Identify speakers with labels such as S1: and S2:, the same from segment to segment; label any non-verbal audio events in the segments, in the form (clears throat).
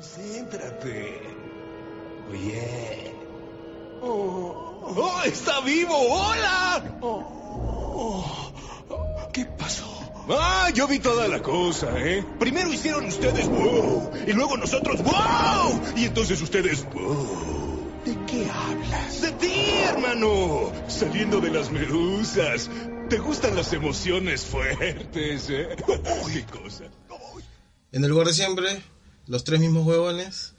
S1: Concéntrate. Oye. Oh, oh, está vivo! ¡Hola!
S2: Oh, oh, ¿Qué pasó?
S1: Ah, yo vi toda la cosa, ¿eh? Primero hicieron ustedes wow, y luego nosotros wow, y entonces ustedes wow.
S2: ¿De qué hablas?
S1: ¡De ti, hermano! Saliendo de las medusas. ¿Te gustan las emociones fuertes, eh? (laughs) ¡Qué cosa!
S3: En el lugar de siempre, los tres mismos huevones.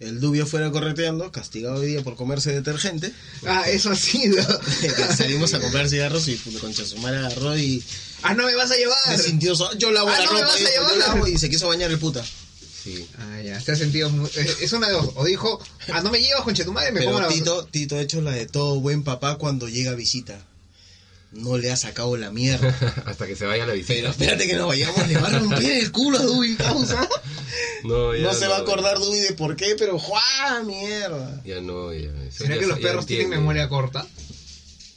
S3: El Dubio fuera correteando, castigado hoy día por comerse detergente. (laughs) eh,
S4: Ah, eso ha sido.
S3: Salimos a comer cigarros y puta concha su madre agarró y
S4: ah, no me vas a
S3: se
S4: llevar.
S3: sintió so- Yo lavo
S4: Ah,
S3: la
S4: no me
S3: ropa,
S4: vas a
S3: dijo, yo
S4: llevar.
S3: lavo, y se quiso bañar el puta. Sí.
S4: Ah, ya, se ha sentido. mu- eh, Es una de dos. O dijo, ah, no me llevas, conche tu madre, me
S3: Pero
S4: pongo la.
S3: Tito, Tito ha hecho la de todo buen papá cuando llega a visita. No le ha sacado la mierda.
S5: (laughs) Hasta que se vaya la
S3: (laughs)
S5: visita.
S3: Pero espérate que nos vayamos, le va a romper el culo a Dubi, causa.
S5: No, ya
S3: No se va a
S5: no,
S3: acordar Dubi de por qué, pero ¡juá! ¡Mierda!
S5: Ya no, ya. Son
S4: ¿Será
S5: ya-
S4: que los
S5: ya
S4: perros tienen
S5: entiende.
S4: memoria corta?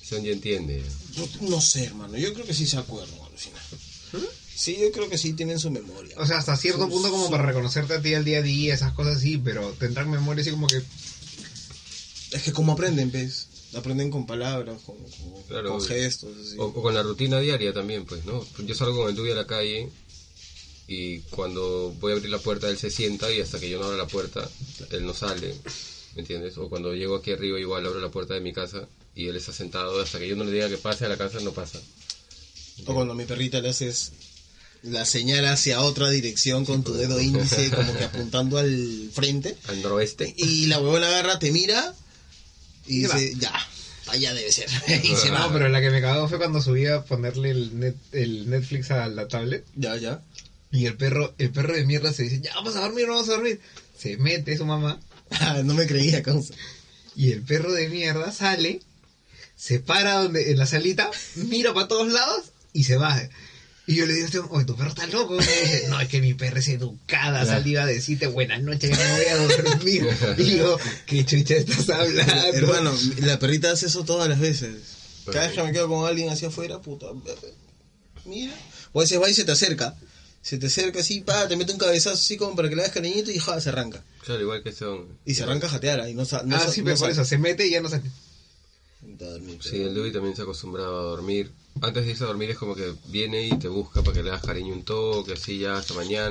S5: Son ya entiende.
S3: Yo no sé, hermano. Yo creo que sí se acuerdan, alucina. Sí, yo creo que sí tienen su memoria.
S4: O sea, hasta cierto punto como para reconocerte a ti al día a día, esas cosas así, pero tendrán memoria así como que...
S3: Es que como aprenden, ¿ves? Aprenden con palabras, con, con-
S5: Claro,
S3: con
S5: obvio.
S3: gestos. así.
S5: O, o con la rutina diaria también, pues, ¿no? Yo salgo con el tuyo a la calle y cuando voy a abrir la puerta él se sienta y hasta que yo no abra la puerta él no sale, ¿me entiendes? O cuando llego aquí arriba igual abro la puerta de mi casa y él está sentado hasta que yo no le diga que pase a la casa no pasa.
S3: O cuando a mi perrita le haces la señal hacia otra dirección con tu dedo índice, como que apuntando al frente.
S5: Al noroeste.
S3: Y la huevona agarra, te mira y
S4: Y va.
S3: dice, ya, allá debe ser. (laughs) y se
S4: No,
S3: va.
S4: pero la que me cagó fue cuando subí a ponerle el, net- el Netflix a la tablet
S3: (laughs) Ya, ya. (laughs)
S4: y el perro, el perro de mierda se dice, ya vamos a dormir, vamos a dormir. Se mete su mamá
S3: Ah, no me creía, causa.
S4: y el perro de mierda sale, se para donde, en la salita, mira para todos lados y se va. Y yo le digo, a este hombre, oye, tu perro está loco. Y me dice, no, es que mi perra es educada, salí a decirte buenas noches, ya me voy a dormir. Y yo, ¿qué chucha estás (laughs) hablando?
S3: Hermano, la perrita hace eso todas las veces. Cada vez que
S5: Perfecto.
S3: me quedo con alguien hacia afuera, puta. eh, Mira. O a veces va y se te acerca. Se te acerca así, pa, te mete un cabezazo así como para que le hagas cariñito y ja, se arranca.
S5: Claro, igual que son.
S3: Y se arranca a jatear y no sa- no
S4: ah,
S3: sa-
S4: sí,
S3: no
S4: pero por
S3: sa-
S4: eso, se mete y ya no sale.
S3: Vente a dormir,
S5: Sí,
S3: pero-
S5: el Dewey también se ha acostumbrado a dormir. Antes de irse a dormir es como que viene y te busca para que le das cariño un toque, así ya hasta mañana.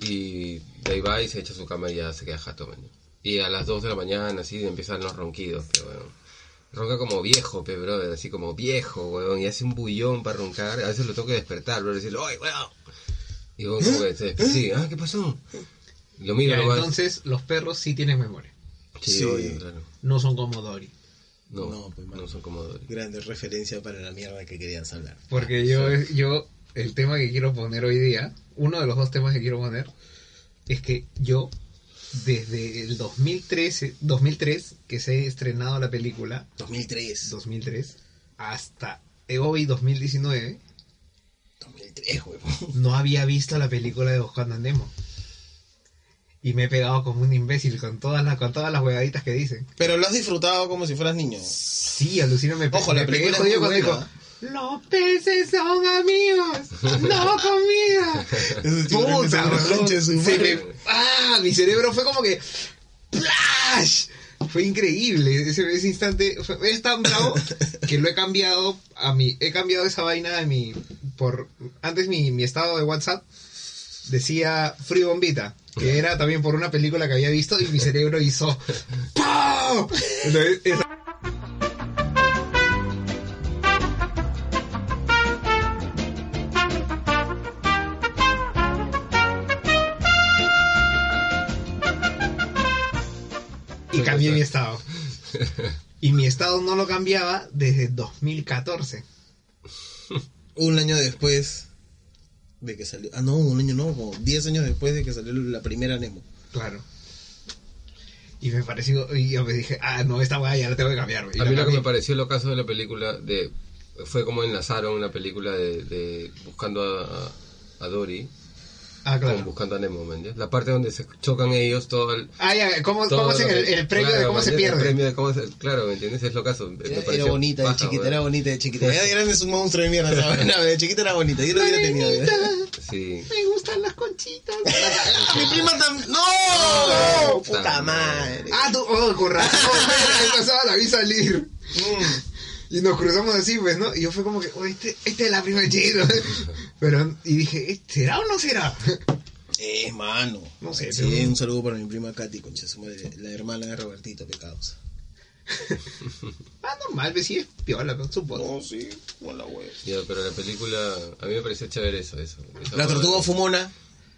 S5: Y de ahí va y se echa a su cama y ya se queda jato, man. Y a las 2 de la mañana, así, empiezan los ronquidos, pero bueno. Ronca como viejo, pe, brother, así como viejo, weón, y hace un bullón para roncar. A veces lo tengo que despertar, bro, y decirle, ¡ay, weón! Y weón, como que se despierta, sí, ah, ¿qué pasó? Lo miro,
S4: Ya,
S5: lo
S4: entonces, los perros sí tienen memoria.
S5: Sí,
S3: Sí.
S5: obvio, claro.
S4: No son como Dory.
S5: No,
S3: No,
S5: no,
S3: pues, man.
S5: son como Dory.
S3: Grande referencia para la mierda que querías hablar.
S4: Porque yo, yo, el tema que quiero poner hoy día, uno de los dos temas que quiero poner, es que yo, desde el 2013, 2003, que se ha estrenado la película,
S3: 2003.
S4: 2003, hasta hoy 2019,
S3: 2003, huevo.
S4: no había visto la película de Buscando Nemo. Y me he pegado como un imbécil con todas las, con todas las huevaditas que dicen.
S3: Pero lo has disfrutado como si fueras niño.
S4: Sí, alucina, me
S3: Ojo, la
S4: me
S3: película
S4: pegué
S3: es
S4: jodido
S3: muy
S4: cuando dijo, Los peces son amigos, no
S3: (laughs)
S4: comida.
S3: Esos tiburones
S4: Puta,
S3: son una
S4: weón.
S3: concha de su
S4: Se
S3: madre.
S4: me- ah, mi cerebro fue como que ¡plash! Fue increíble ese, ese instante. fue- es tan bravo que lo he cambiado a mi, he cambiado esa vaina de mi, por antes mi, mi estado de WhatsApp decía Free Bombita, que era también por una película que había visto y mi cerebro hizo ¡Pau! Entonces, esa- y cambié mi estado. Y mi estado no lo cambiaba desde 2014.
S3: Un año después de que salió. Ah, no, un año no, como 10 años después de que salió la primera Nemo.
S4: Claro. Y me pareció, y yo me dije, ah, no, esta weá ya la tengo que cambiar. güey. Y
S5: A
S4: la
S5: mí lo que
S4: cambié.
S5: me pareció lo caso de la película de fue como enlazaron una película de, de buscando a, a Dory
S4: Ah, claro.
S5: Como buscando a Nemo, ¿me entiendes? La parte donde se chocan ellos, todo el...
S4: Ah, ya, ¿cómo,
S5: todo
S4: cómo es
S5: lo
S4: el,
S5: que-
S4: el premio
S5: claro,
S4: de cómo
S5: ¿me
S4: se
S5: entiendes? El
S4: pierde?
S5: premio de cómo se- Claro, ¿me entiendes? Es lo caso.
S3: Era, era bonita de chiquita, era bonita de chiquita. Ya Era un monstruo de mierda, ¿sabes? No, de chiquita era bonita, yo lo hubiera tenido.
S4: Nenita,
S5: Sí.
S4: Me gustan las conchitas.
S3: Mi prima también. ¡No!
S5: no,
S3: ¡Puta
S5: puta
S3: madre!
S4: ah, tú, oh, con razón, me pasaba la vi salir.
S3: Mm.
S4: Y nos cruzamos así, pues, ¿no? Y yo fue como que, oh, este, este es la prima de Chino. Pero, y dije, ¿eh, ¿será o no será?
S3: Eh, mano.
S4: No sé,
S3: Sí,
S4: pero-
S3: un saludo para mi prima Katy, concha su madre, la hermana de Robertito, que causa.
S4: Ah, normal, pues sí, es piola, pues, supongo.
S2: Oh,
S3: sí, con la web.
S5: Ya, pero la película, a mí me pareció chévere eso, eso. Esa
S3: La
S5: huevada.
S3: tortuga fumona.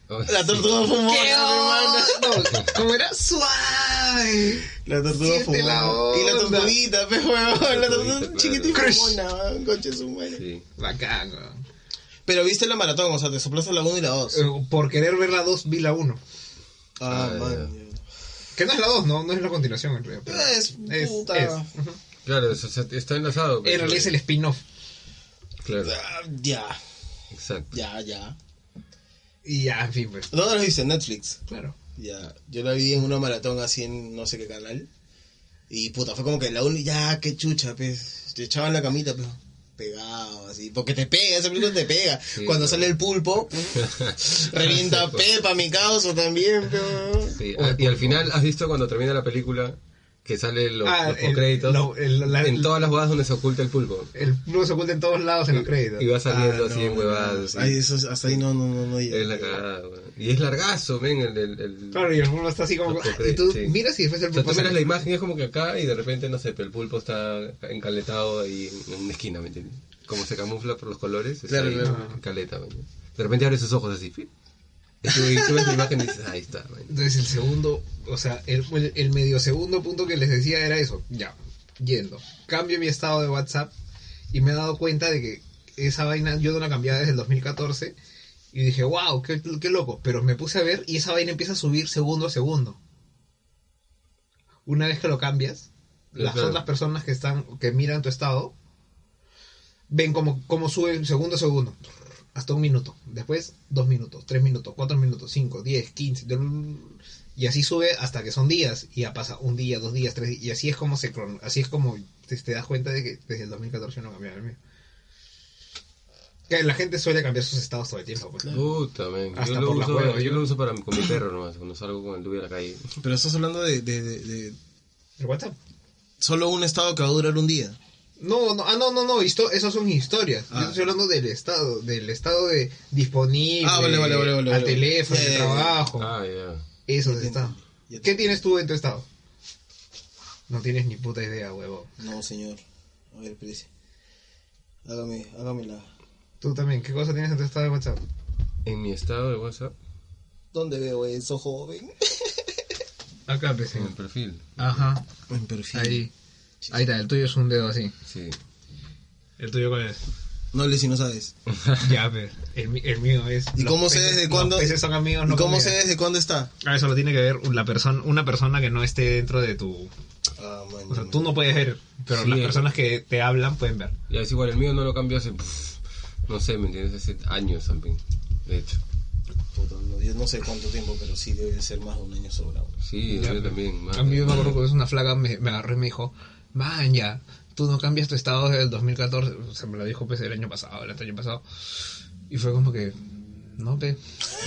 S5: Oh,
S3: La
S5: sí.
S3: tortuga fumona, mi hermana.
S4: No, como era suave.
S3: La tortuga
S4: Siente
S3: fumona.
S4: la
S3: y la
S4: onda.
S3: tortuguita, pe huevón. La tortuga
S5: Tortuguita,
S3: chiquita y
S5: claro.
S3: fumona, weón, concha su madre.
S5: Sí.
S4: Bacán, weón.
S3: Pero viste la maratón, o sea, te soplaste la 1 y la 2.
S4: Eh, Por querer ver la 2, vi la 1.
S3: ah,
S5: Ah,
S3: man.
S5: ya.
S3: ya.
S4: Que no es la 2, no, no es la continuación en realidad. pero
S3: Es puta.
S4: Ujú.
S5: Claro, eso, o sea, está enlazado.
S4: En
S5: pero-
S4: realidad es el spin-off.
S5: Claro,
S3: Ah, Ya,
S5: exacto.
S3: ya, ya.
S4: Y ya, en fin, pues.
S3: ¿Dónde lo viste? En Netflix.
S4: Claro.
S3: Ya, yo la vi en una maratón así en no sé qué canal. Y puta, fue como que la única, ya, qué chucha, pues. Te echaban la camita, pero pegado, así. Porque te pega, ese película te pega.
S5: Sí,
S3: Cuando
S5: claro.
S3: sale el pulpo,
S5: (laughs)
S3: revienta Pepa, mi causa también, pero.
S5: Sí, a- y al final, ¿has visto cuando termina la película que sale los,
S4: Ah,
S5: los
S4: el-
S5: créditos?
S4: lo- el- la-
S5: en todas las jugadas donde se oculta el pulpo.
S4: El no se oculta en todos lados en los créditos.
S5: Y va saliendo
S3: Ah,
S5: así
S3: no,
S5: en huevadas.
S3: no.
S5: así.
S3: Ay, eso, es- hasta ahí no, no, no, no.
S5: Es la cagada, weón. Y es largazo, ven, el... el, el-
S4: Claro, y el pulpo está así como.
S5: Los
S4: ah,
S5: cocre-
S4: (laughs) y tú
S5: sí.
S4: miras y después el
S5: O sea,
S4: pulpo.
S5: tú miras
S4: sale.
S5: la imagen, es como que acá y de repente, no sé, el pulpo está encaletado ahí en una esquina, ¿me entiendes? Como se camufla por los colores, está
S3: Claro,
S5: ahí
S3: claro.
S5: en caleta, ¿me entiendes? De repente abre sus ojos así, ¡pip! y tú, y tú ves la imagen y dices, ahí está, ¿me entiendes?
S4: Entonces el segundo, o sea, el, el, el medio segundo punto que les decía era eso. Ya, yendo. Cambio mi estado de WhatsApp y me he dado cuenta de que esa vaina yo no la cambiaba desde el 2014. Y dije, wow, qué, qué loco. Pero me puse a ver y esa vaina empieza a subir segundo a segundo. Una vez que lo cambias, las
S5: Claro.
S4: otras personas que están, que miran tu estado, ven cómo, cómo sube segundo a segundo. Hasta un minuto. Después, dos minutos, tres minutos, cuatro minutos, cinco, diez, quince. Y así sube hasta que son días. Y ya pasa un día, dos días, tres días. Y así es como se cron- así es como te, te das cuenta de que desde el 2014 no cambiaba el mío. Que la gente suele cambiar sus estados todo el tiempo. pues.
S5: Puta, men.
S4: Hasta
S5: Yo, lo
S4: por la
S5: uso,
S4: hueva,
S5: yo
S4: yo-
S5: lo uso para con mi perro nomás, cuando salgo con el tuyo a la calle.
S3: Pero estás hablando de, de, de- de
S4: ¿El WhatsApp?
S3: Solo un estado que va a durar un día.
S4: No, no, ah, no, no, no, histo- esas son historias.
S3: Ah.
S4: Yo estoy hablando del estado, del estado de disponible,
S3: Ah, vale, vale, vale, vale,
S4: al
S3: vale.
S4: teléfono,
S3: Ya,
S4: al
S3: ya, ya.
S4: trabajo.
S5: Ah, ya.
S4: Eso
S3: Ya
S4: es
S3: te
S4: estado.
S3: entendí, ya te-
S4: ¿Qué tienes tú en tu estado? No tienes ni puta idea, huevo.
S3: No, señor. A ver, espérese. Hágame, hágame la.
S4: Tú también, ¿qué cosa tienes en tu estado de WhatsApp?
S5: En mi estado de WhatsApp,
S3: ¿Dónde veo eso, joven?
S4: Acá, pues,
S5: en el perfil,
S4: Ajá,
S3: En perfil.
S4: ahí. Ahí está, el tuyo es un dedo así.
S5: sí.
S4: ¿El tuyo (laughs) cuál es?
S3: No le si no sabes.
S4: ya, pero el, mi- el mío es.
S3: ¿Y
S4: los
S3: cómo sé
S4: peces-
S3: desde cuándo?
S4: Los peces son amigos,
S3: ¿Y
S4: no
S3: cómo sé
S4: comida.
S3: desde cuándo está?
S4: Ah, eso lo tiene que ver la persona, una persona que no esté dentro de tu
S3: Ah, man,
S4: O sea,
S3: ya,
S4: tú no puedes ver, pero
S5: Sí.
S4: las personas que te hablan pueden ver.
S5: Y es igual, el mío no lo cambió hace, pff, no sé, ¿me entiendes? Hace años también, de hecho.
S3: puta, no, yo no sé cuánto tiempo, pero sí debe ser más de un año sobrado.
S5: Sí, el
S4: Ya,
S5: mío
S4: pero-
S5: también.
S4: A mí yo me
S5: madre.
S4: acuerdo que es una flaca me, me agarró y me dijo, man, ya, tú no cambias tu estado desde el 2014. O sea, me lo dijo pues el año pasado, el año pasado. Y fue como que, no, pe.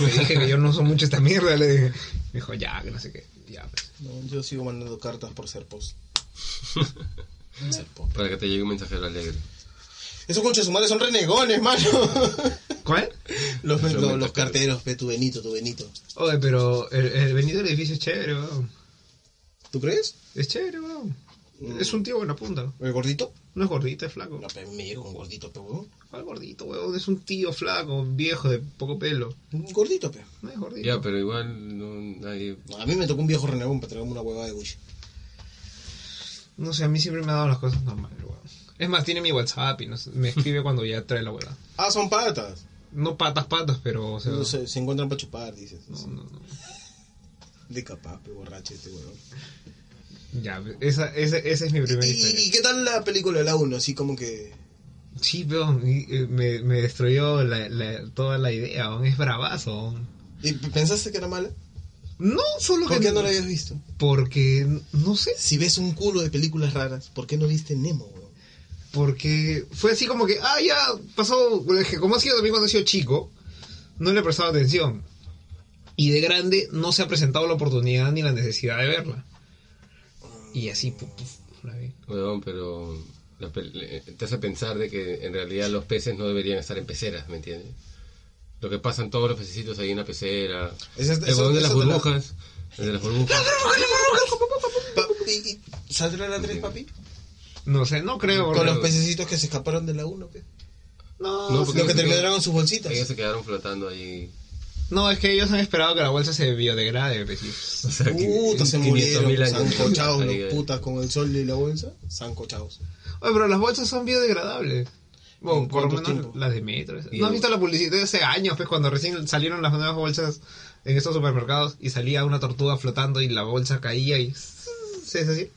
S4: Le dije que yo no uso mucho esta mierda, le dije. Me dijo, ya, que no sé qué. Ya, pues.
S3: No, yo sigo mandando cartas por ser post. ser post.
S5: Para que te llegue un mensajero alegre.
S3: Esos conchas humanos son renegones, mano.
S4: ¿Cuál?
S3: los,
S5: Los
S3: los, los
S5: metacartos.
S3: carteros, ve tu Benito, tu Benito.
S4: Oye, pero el, el venido del edificio es chévere, weón.
S3: ¿Tú crees?
S4: Es chévere, weón. Es un tío buena punta.
S3: ¿El gordito?
S4: No es gordito, es flaco.
S3: No, pero me llegó un gordito, pe, huevón.
S4: ¿Cuál gordito, weón? Es un tío flaco, viejo, de poco pelo.
S3: Un gordito, pe.
S4: No es gordito.
S5: Ya, pero igual no, nadie...
S3: No, A mí me tocó un viejo renegón para traerme una huevada de Gucci.
S4: No sé, a mí siempre me ha dado las cosas normales, weón. Es más, tiene mi WhatsApp y no sé, me escribe cuando ya trae la hueá.
S3: Ah, son patas.
S4: No patas, patas, pero, o sea...
S3: No sé, se encuentran para chupar, dices.
S4: no, no, no.
S3: De capaz, pe, borracho este huevón.
S4: Ya, esa, esa, esa es mi primera historia.
S3: ¿Y, y qué tal la película de la 1? Así como que...
S4: Sí, weón, y, eh, me, me destruyó la, la- toda la idea, weón. Es bravazo, weón.
S3: ¿Y pensaste que era mala?
S4: No, solo
S3: ¿Por
S4: que.
S3: qué no la habías visto?
S4: Porque, no sé,
S3: Si ves un culo de películas raras, ¿por qué no viste Nemo, weón?
S4: porque fue así como que, ah, ya, pasó, bueno, es que como ha sido también cuando ha sido chico, no le he prestado atención. Y de grande no se ha presentado la oportunidad ni la necesidad de verla. Y así, puf, puf, la vi.
S5: Weón, pero la pel- le- te hace pensar de que en realidad los peces no deberían estar en peceras, ¿me entiendes? Lo que pasan todos los pececitos ahí en la pecera.
S3: Es- es-
S5: el
S3: eso-
S5: huevón de las
S3: eso te la-
S5: burbujas. El de las burbujas.
S3: Papi, ¿y- y ¿Saldrá la 3, papi?
S4: No sé, no creo.
S3: Con
S4: porque-
S3: los pececitos que se escaparon de la 1, pe.
S4: No,
S5: No,
S4: no,
S5: porque
S3: Los que
S5: ellos se
S3: terminaron
S5: quedaron-
S3: en sus bolsitas.
S5: Ellos se quedaron flotando ahí.
S4: es que ellos han esperado que la bolsa se biodegrade. pues, y-
S5: O sea, que-
S3: Puta, se
S5: 500.000
S3: murieron.
S5: años.
S3: Sancochados,
S5: Ahí,
S3: los
S5: ahí.
S3: putas, con el sol y la bolsa. Sancochados.
S4: Oye, pero las bolsas son biodegradables. Bueno,
S3: ¿En
S4: por lo
S3: cuánto
S4: menos
S3: tiempo?
S4: las de metro.
S5: Y
S4: ¿No has
S5: el-
S4: visto la publicidad de hace años, pues, cuando recién salieron las nuevas bolsas en estos supermercados y salía una tortuga flotando y la bolsa caía y... ¿Se es así?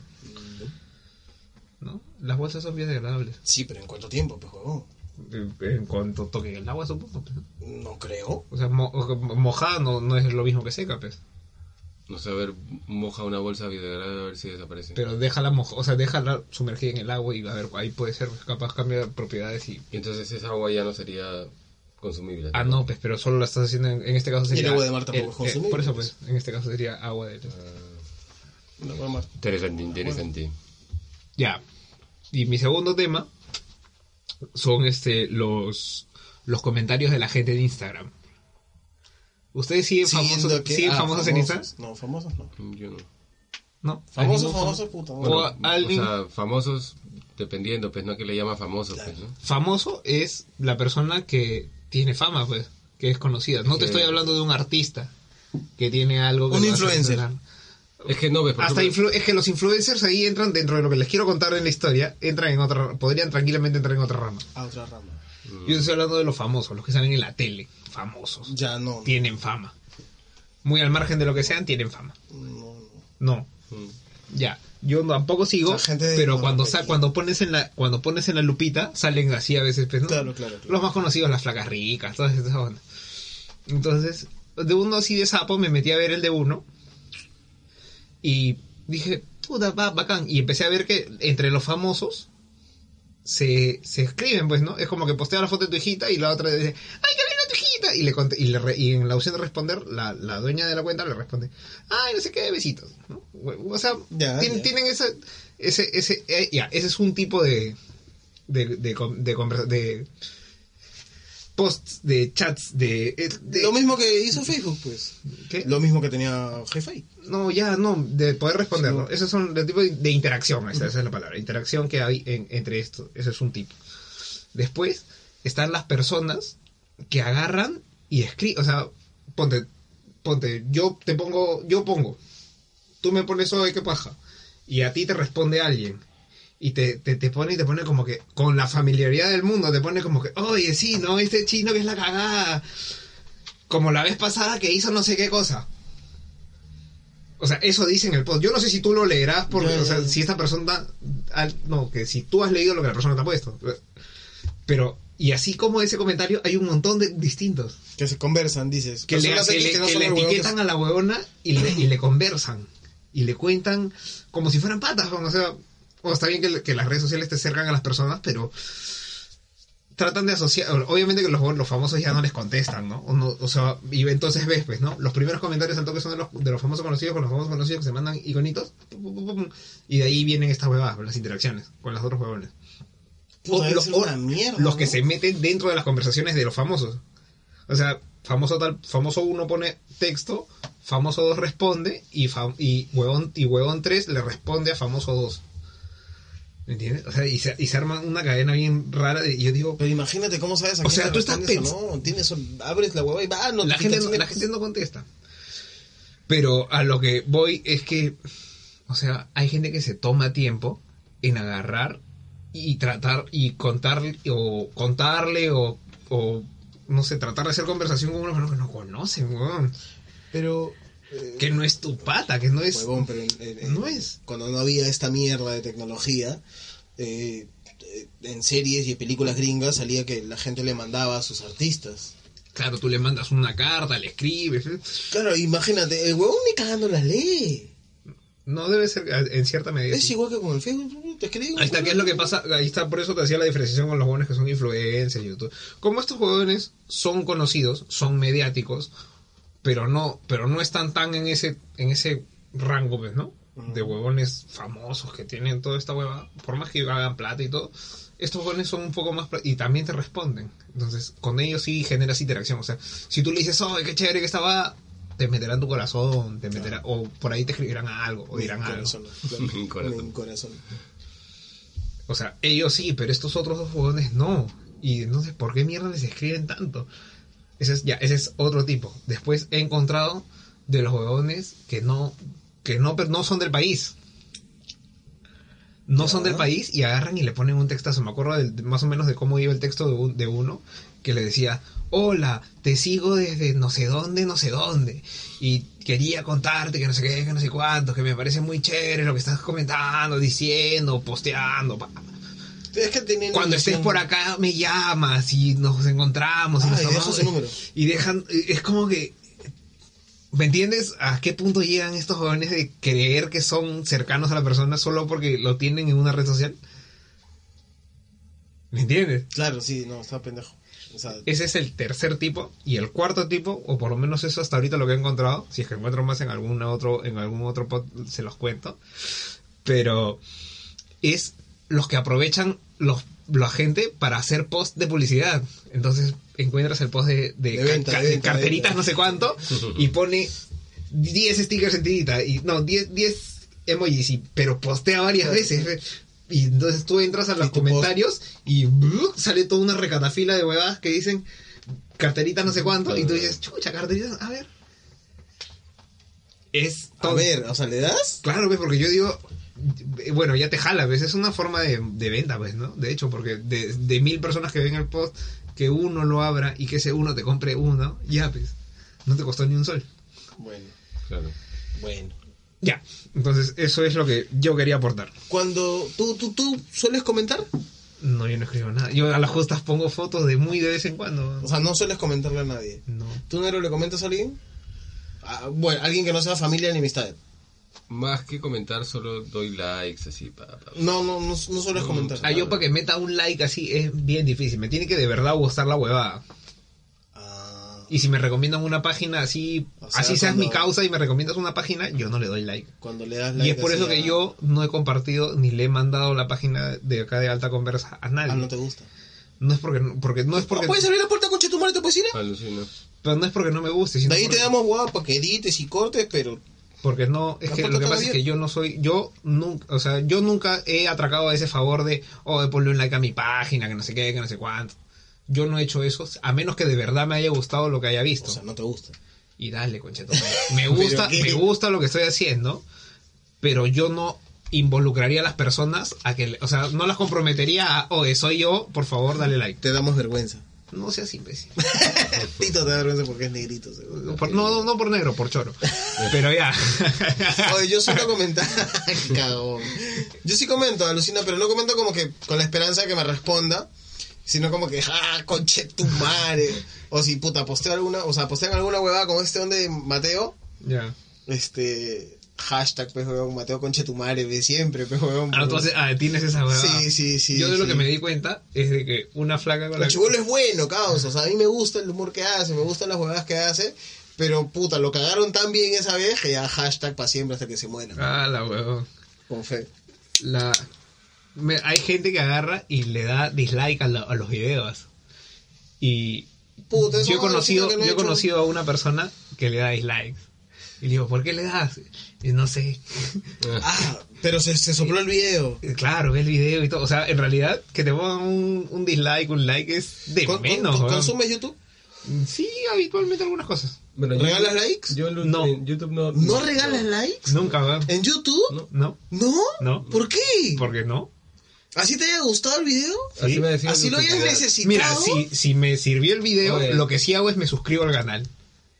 S4: ¿No? Las bolsas son biodegradables.
S3: Sí, pero ¿en cuánto tiempo, pues, huevón?
S4: En- En cuanto toquen el agua, supongo. pues, ¿no?
S3: No creo.
S4: O sea, mo- o- mojada no, no es lo mismo que seca, pues.
S5: No sé, a ver, moja una bolsa biodegradable a ver si desaparece.
S4: Pero déjala, moj- o sea, déjala sumergida en el agua y a ver, ahí puede ser, pues, capaz cambia de propiedades y...
S5: Y entonces esa agua ya no sería consumible.
S4: Ah, no, pues, pero solo la estás haciendo, en, en este caso sería...
S3: el agua de mar tampoco
S4: el-
S3: es consumible,
S4: Por eso,
S3: pues.
S4: pues, en este caso sería agua de...
S3: No, mamá.
S5: Interesante, interesante.
S4: Ya. Y mi segundo tema son este los los comentarios de la gente de Instagram. ¿Ustedes siguen famosos,
S3: Siguiendo que-
S4: siguen
S3: ah,
S4: famosos, en Instagram?
S3: No, famosos no.
S5: Yo no.
S4: No.
S3: Famosos,
S4: ¿Ningún
S3: famosos, puta.
S4: Bueno,
S3: huevón.
S4: O alguien-
S5: o sea, famosos, dependiendo, pues no que le llama famoso, pues, ¿no?
S4: Famoso es la persona que tiene fama, pues, que es conocida. No te
S5: Sí.
S4: estoy hablando de un artista que tiene algo que
S3: Un
S4: lo hace
S3: influencer.
S4: sonar.
S5: Es que no, ves, por
S4: Hasta
S5: ejemplo,
S4: influ- es que los influencers ahí entran dentro de lo que les quiero contar en la historia, entran en otra podrían tranquilamente entrar en otra rama.
S3: A otra rama.
S4: Yo estoy hablando de los famosos, los que salen en la tele, famosos.
S3: Ya no. no,
S4: tienen fama. Muy al margen de lo que sean, tienen fama.
S3: No, no.
S4: No,
S5: mm,
S4: ya. Yo tampoco sigo,
S3: O sea, gente de
S4: pero
S3: Nueva
S4: cuando
S3: York.
S4: sa- cuando pones en la cuando pones en la lupita salen así a veces, pues, ¿no?
S3: Claro, claro, claro.
S4: Los más conocidos, las flacas ricas, todas esas ondas. Entonces, de uno así de sapo me metí a ver el de uno y dije, puta, va, bacán. Y empecé a ver que entre los famosos se, se escriben, pues, ¿no? Es como que postea la foto de tu hijita y la otra dice, ¡ay, qué bien tu hijita! Y, le cont- y, le re- y en la opción de responder, la, la dueña de la cuenta le responde, ¡ay, no sé qué, besitos! ¿no? O sea,
S3: Ya,
S4: tien-
S3: ya.
S4: tienen esa, ese, ese, eh, ya, ese es un tipo de, de, de, con- de, conversa- de posts, de chats, de... eh, de-
S3: Lo mismo que hizo Facebook, pues.
S4: ¿qué?
S3: Lo mismo que tenía Hi-Fi.
S4: No, ya, no, de poder responderlo.
S3: Sí.
S4: Esos son el tipo de, de interacción, esa, esa es la palabra. Interacción que hay en- entre esto. Ese es un tipo. Después están las personas que agarran y escriben. O sea, ponte, ponte, yo te pongo, yo pongo. Tú me pones hoy, qué paja. Y a ti te responde alguien. Y te, te, te pone y te pone como que, con la familiaridad del mundo, te pone como que, oye, sí, no, este chino que es la cagada. Como la vez pasada que hizo no sé qué cosa. O sea, eso dice en el post. Yo no sé si tú lo leerás porque,
S3: Ya,
S4: o sea,
S3: ya, ya.
S4: si esta persona. al- no, que si tú has leído lo que la persona te ha puesto. Pero, y así como ese comentario, hay un montón de distintos.
S3: Que se conversan, dices.
S4: Que le,
S3: Personas
S4: que
S3: X
S4: le-
S3: no
S4: que
S3: son
S4: le
S3: el huevón pues, que
S4: etiquetan a la huevona y le, y le conversan. Y le cuentan como si fueran patas. O sea, o está bien que, le- que las redes sociales te acercan a las personas, pero tratan de asociar. Obviamente que los, los famosos ya no les contestan, ¿no? O, no- o sea, y entonces ves, pues, ¿no? Los primeros comentarios al toque son de los, de los famosos conocidos con los famosos conocidos que se mandan iconitos. pum, pum, pum, pum, Y de ahí vienen estas huevadas, las interacciones con los otros huevones.
S3: Puta,
S4: O
S3: debe
S4: los-
S3: ser
S4: o
S3: una mierda,
S4: los
S3: ¿no?
S4: que se meten dentro de las conversaciones de los famosos. O sea, famoso tal, famoso uno pone texto, famoso dos responde y fam- y huevón y huevón tres le responde a famoso dos. ¿Me entiendes? O sea, y se, y se arma una cadena bien rara de- y yo digo,
S3: Pero imagínate cómo sabes a
S4: O
S3: quién
S4: sea,
S3: le
S4: tú estás
S3: respondes o No, tienes, abres la hueva y va, no
S4: la gente, no, la gente no contesta. Pero a lo que voy es que, o sea, hay gente que se toma tiempo en agarrar y tratar y contar o contarle o, o, no sé, tratar de hacer conversación con una persona que no conocen, weón.
S3: Pero. eh,
S4: Que no es tu pata, que no es...
S3: huevón, pero en- en- en-
S4: No es.
S3: Cuando no había esta mierda de tecnología, eh, eh, en series y en películas gringas salía que la gente le mandaba a sus artistas.
S4: Claro, tú le mandas una carta, le escribes. ¿eh?
S3: Claro, imagínate, el huevón ni cagando la ley.
S4: No debe ser eh, en cierta medida.
S3: Es
S4: sí.
S3: igual que con el Facebook, te escribo.
S4: Ahí está, ¿qué es lo que pasa? Ahí está, por eso te hacía la diferenciación con los jóvenes que son influencers y todo. Como estos jóvenes son conocidos, son mediáticos, pero no, pero no están tan en ese, en ese rango, pues, ¿no? De huevones famosos que tienen toda esta hueva, por más que hagan plata y todo, estos jóvenes son un poco más... pla- Y también te responden. Entonces, con ellos sí generas interacción. O sea, si tú le dices, oh, qué chévere que estaba, te meterán tu corazón, te meterán... O por ahí te escribirán algo, o dirán Ah, algo. (laughs)
S5: Mi corazón.
S3: Mi corazón.
S4: O sea, ellos sí, pero estos otros dos jugones no. Y entonces, ¿por qué mierda les escriben tanto? Ese es, ya, ese es otro tipo. Después he encontrado de los huevones que no, que no, pero no son del país. No son
S3: Ya.
S4: del país y agarran y le ponen un textazo. Me acuerdo del- más o menos de cómo iba el texto de, un- de uno que le decía, hola, te sigo desde no sé dónde, no sé dónde. Y quería contarte que no sé qué, que no sé cuánto, que me parece muy chévere lo que estás comentando, diciendo, posteando. pa".
S3: Es que tienen
S4: Cuando estés
S3: relación.
S4: por acá me llamas y nos encontramos y
S3: Ah,
S4: nos
S3: y dejan
S4: tomamos-
S3: su número.
S4: y dejan es como que ¿me entiendes a qué punto llegan estos jóvenes de creer que son cercanos a la persona solo porque lo tienen en una red social? ¿Me entiendes?
S3: Claro, sí, no, está pendejo. O sea,
S4: Ese es el tercer tipo y el cuarto tipo, o por lo menos eso hasta ahorita lo que he encontrado, si es que encuentro más en algún otro en algún otro pod se los cuento. Pero es los que aprovechan los la gente para hacer post de publicidad. Entonces encuentras el post de, de
S3: De
S4: ca-
S3: venta,
S4: ca-
S3: de
S4: de
S3: venta,
S4: carteritas
S3: venta.
S4: no sé cuánto y pone 10 stickers en tirita y no, 10 10 emojis, y- pero postea varias veces. Y entonces tú entras a los
S3: Y tu post.
S4: comentarios y ¡bru! sale toda una recatafila de huevadas que dicen carteritas no sé cuánto y tú dices, chucha, carteritas, a ver. Es
S3: a
S4: todo.
S3: ver, o sea, ¿le das?
S4: Claro, pues, porque yo digo, eh, bueno, ya te jala, ¿ves? Es una forma de, de venta, pues, ¿no? De hecho, porque de, de mil personas que ven el post, que uno lo abra y que ese uno te compre uno, ya, pues, no te costó ni un sol.
S3: Bueno,
S5: Claro.
S3: bueno.
S4: Ya, entonces eso es lo que yo quería aportar.
S3: Cuando tú, tú, tú sueles comentar,
S4: No, yo no escribo nada. Yo a las justas pongo fotos de muy de vez en cuando.
S3: o sea, no sueles comentarle a nadie.
S4: No.
S3: ¿Tú, Nero, le comentas a alguien? Ah, bueno, alguien que no sea familia ni amistad.
S5: Más que comentar, solo doy likes así. Pa, pa.
S3: No, no, no, no sueles comentar.
S4: Ah, yo para que meta un like así es bien difícil. Me tiene que de verdad gustar la huevada.
S3: Ah,
S4: Y si me recomiendan una página así,
S3: O sea,
S4: así seas
S3: cuando-
S4: mi causa y me recomiendas una página, yo no le doy like.
S3: cuando le das
S4: y
S3: like
S4: es por
S3: así ah.
S4: eso que
S3: a-
S4: yo no he compartido ni le he mandado la página de acá de Alta Conversa a nadie.
S3: Ah, no
S4: no,
S3: te gusta.
S4: es porque, porque no es
S3: ¿No
S4: porque
S3: ¿Puedes abrir la puerta, coche, tu madre, te puedes ir?
S5: Alucina.
S4: pero no es porque no me guste, sino
S3: De ahí te
S4: porque-
S3: damos guapa, que edites y cortes, pero
S4: Porque no, es
S3: La
S4: que
S3: puerta
S4: lo que
S3: está
S4: pasa es que
S3: abierta.
S4: yo no soy, yo nunca, o sea, yo nunca he atracado a ese favor de, oh, de ponle un like a mi página, que no sé qué, que no sé cuánto. Yo no he hecho eso, a menos que de verdad me haya gustado lo que haya visto.
S3: o sea, no te gusta.
S4: y dale, concheto.
S3: (laughs)
S4: Me gusta,
S3: qué?
S4: me gusta lo que estoy haciendo, pero yo no involucraría a las personas a que, le- o sea, no las comprometería a, oye, soy yo, por favor, dale like.
S3: Te damos vergüenza.
S4: No seas imbécil.
S3: (laughs) Tito te da vergüenza porque es negrito. seguro. (laughs)
S4: Por- no, no, no por negro, por choro. Pero ya.
S3: Oye, yo solo (laughs) comentar. Cagón. Yo sí comento, alucina, pero no comento como que con la esperanza de que me responda, sino como que, ah, conche tu madre. O si puta, posteo alguna, o sea, postean alguna huevada como este donde Mateo,
S4: ya.
S3: este, hashtag, pues, huevón, Mateo conche tu madre, de siempre, pues, huevón.
S4: Ah, entonces, ah, tienes esa huevada.
S3: Sí, sí, sí,
S4: Yo de lo
S3: sí.
S4: que me di cuenta es de que una flaca con
S3: El chibolo es bueno, causa. O sea, a mí me gusta el humor que hace, me gustan las huevadas que hace. Pero puta, lo cagaron tan bien esa vez que ya hashtag para siempre hasta que se muera.
S4: Ah, la huevón.
S3: Con fe.
S4: La... me- hay gente que agarra y le da dislike a, la- a los videos. Y
S3: Puta, eso
S4: yo he
S3: no me
S4: conocido,
S3: decía que no
S4: yo
S3: he
S4: he
S3: hecho.
S4: conocido a una persona que le da dislikes. Y le digo, ¿por qué le das? Y no sé.
S3: Ah, pero se, se sopló el video.
S4: Y claro, ve el video y todo. O sea, en realidad, que te pongan un, un dislike, un like es de
S3: Con- con-
S4: menos.
S3: con-
S4: weón.
S3: ¿Consumes YouTube?
S4: Sí, habitualmente algunas cosas.
S5: Bueno,
S3: ¿Regalas likes?
S5: Yo en
S4: No.
S5: en YouTube no.
S3: ¿No regalas likes?
S4: Nunca, weón.
S3: ¿En YouTube?
S5: No.
S4: No,
S3: ¿No?
S4: No.
S3: ¿Por qué?
S4: ¿por qué no?
S3: ¿Así te haya gustado el video?
S5: Así me decían
S3: ¿Así
S5: en
S3: lo hayas
S5: YouTube,
S3: necesitado?
S4: Mira, si, si me sirvió el video,
S5: Oye.
S4: lo que sí hago es me suscribo al canal.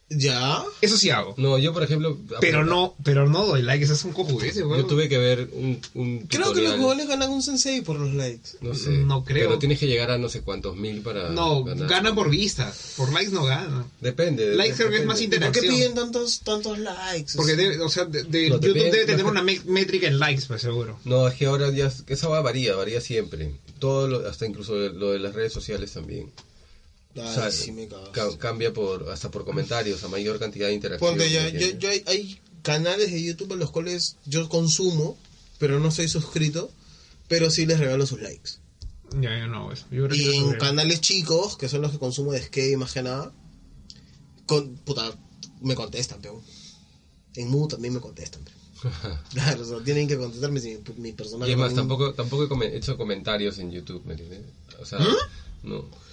S3: ¿Ya?
S4: Eso sí hago.
S5: No, yo por ejemplo...
S4: Pero no, pero no doy like, esas son
S3: Pues
S4: cojudeces, weón.
S5: Yo tuve que ver un, un
S3: Creo que los mm,
S5: tutorial,
S3: jugadores ganan un sensei por los likes.
S5: No sé.
S4: No creo.
S5: Pero tienes que llegar a no sé cuántos mil para
S4: No,
S5: ganar.
S4: gana por vistas. Por likes no gana.
S5: Depende.
S4: Likes creo que es más
S5: depende.
S3: ¿Por qué
S4: interacción.
S3: piden tantos, tantos likes?
S4: Porque debe, o sea, de- de-
S5: No, te
S4: YouTube
S5: piden-
S4: debe tener
S5: no te-
S4: una me- métrica en likes, pues seguro.
S5: No, es que ahora ya... Esa va varía, varía siempre. Todo, lo- hasta incluso lo de las redes sociales también.
S3: Ay,
S5: O sea,
S3: sí me cago.
S5: ca- cambia por hasta por comentarios, a mayor cantidad de interacción.
S3: Ponte, yo, yo,
S5: ¿me entiendes?
S3: yo hay, hay canales de YouTube en los cuales yo consumo, pero no soy suscrito, pero sí les regalo sus likes.
S4: Ya, yo no, eso. Yo creo que
S3: Y
S4: yo
S3: en
S4: soy-
S3: canales chicos, que son los que consumo de skate más que nada, con, puta, me contestan, peón. En Mu también me contestan, peón.
S5: (laughs)
S3: Claro, o sea, tienen que contestarme si mi, mi personaje...
S5: Y es más,
S3: no-
S5: tampoco, tampoco he come- hecho comentarios en YouTube, ¿me entiendes? O sea,
S3: ¿Ah?
S5: no.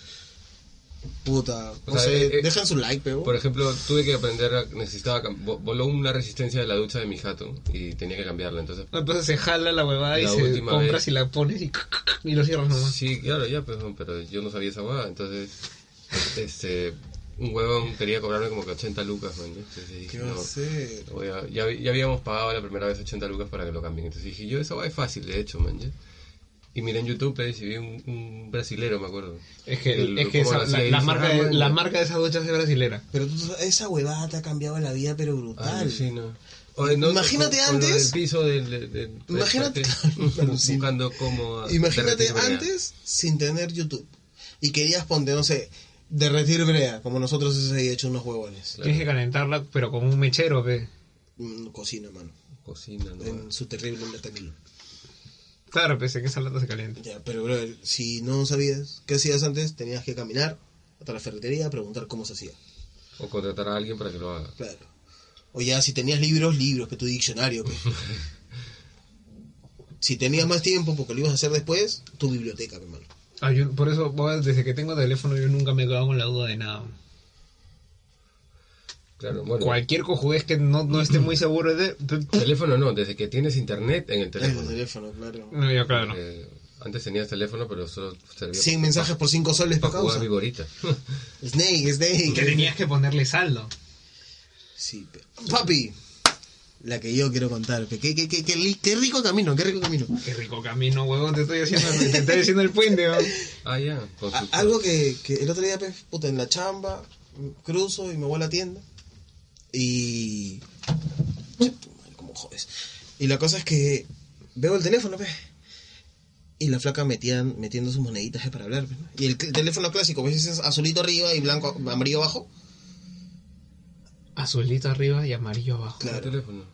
S3: Puta, no
S5: sea,
S3: sé,
S5: eh, eh,
S3: dejen su like, peón.
S5: Por ejemplo, tuve que aprender, a- necesitaba, cam- vo- voló una resistencia de la ducha de mi jato y tenía que cambiarla, entonces...
S4: Entonces se jala la huevada y
S5: La
S4: se
S5: última
S4: compras
S5: vez.
S4: y la pones y, (laughs) y lo cierras nomás.
S5: Sí, claro, ya, pues, pero yo no sabía esa hueá, entonces, este, un huevón quería cobrarme como que 80 lucas, man, ¿no? entonces dije,
S3: ¿Qué
S5: no,
S3: va a hacer?
S5: voy a- ya, ya habíamos pagado la primera vez 80 lucas para que lo cambien, entonces dije, yo, esa hueá es fácil, de hecho, man, ¿ya? Y miré en YouTube eh, y vi un, un brasilero, me acuerdo.
S4: Es que,
S5: El-
S4: es que
S5: cómo
S4: esa-
S5: lo hacía
S4: la,
S5: y
S4: la
S5: dije,
S4: marca
S5: ah,
S4: de,
S5: bueno.
S4: la marca de esas duchas es brasilera.
S3: Pero tú, esa huevada te ha cambiado la vida, pero brutal.
S5: Alucina. Oye, ah, no,
S3: Imagínate
S5: con- con lo
S3: antes-
S5: del piso del, del- del-
S3: Imagínate- (laughs)
S5: del (laughs) parque,
S3: Alucina.
S5: buscando cómo
S3: Imagínate
S5: derretir brea.
S3: antes sin tener YouTube y querías ponte, no sé, derretir brea, como nosotros ese día hecho unos huevones.
S5: Claro.
S4: Tienes que calentarla, pero con un mechero, pe.
S3: Mm, Cocina, mano,
S5: Cocina, ¿no?
S3: en su terrible metanilo.
S4: Claro, pese que esa lata se calienta.
S3: Ya, pero bro, si no sabías qué hacías antes, tenías que caminar hasta la ferretería a preguntar cómo se hacía.
S5: O contratar a alguien para que lo haga.
S3: Claro. O ya, si tenías libros, libros, que tu
S5: (laughs)
S3: diccionario. pe. si tenías más tiempo, porque lo ibas a hacer después, tu biblioteca, mi hermano.
S4: Ah, yo- por eso, bueno, desde que tengo teléfono, yo nunca me he quedado con la duda de nada.
S5: Claro, bueno.
S4: Cualquier cojudez que no, no esté muy seguro de.
S5: Teléfono no, desde que tienes internet en el
S3: En el
S5: teléfono.
S3: teléfono, claro.
S4: No, yo, claro, no.
S5: Eh, antes tenías teléfono, pero solo servía
S3: 100 mensajes por 5 soles
S5: para
S3: para
S5: jugar
S3: causa. (laughs)
S5: vigorita.
S3: Snake, Snake.
S4: Que tenías que ponerle saldo.
S3: Sí, pe. Papi, la que yo quiero contar. pe. Qué, qué- qué- qué li- qué rico camino, qué rico camino.
S4: Qué rico camino, huevón, te estoy haciendo, te estoy haciendo el puente, huevón.
S5: ah, ya. con
S3: A-
S5: su-
S3: algo que, que el otro día, pues, puta, en la chamba, cruzo y me voy a la tienda. Y. Che, tu madre, cómo jodes. Y la cosa es que veo el teléfono, pues. Y la flaca metían, metiendo sus moneditas eh, para hablar. pues, ¿no? Y el, cl- teléfono clásico, ¿ves? Es azulito arriba y blanco, amarillo abajo.
S4: Azulito arriba y amarillo abajo.
S5: con el teléfono.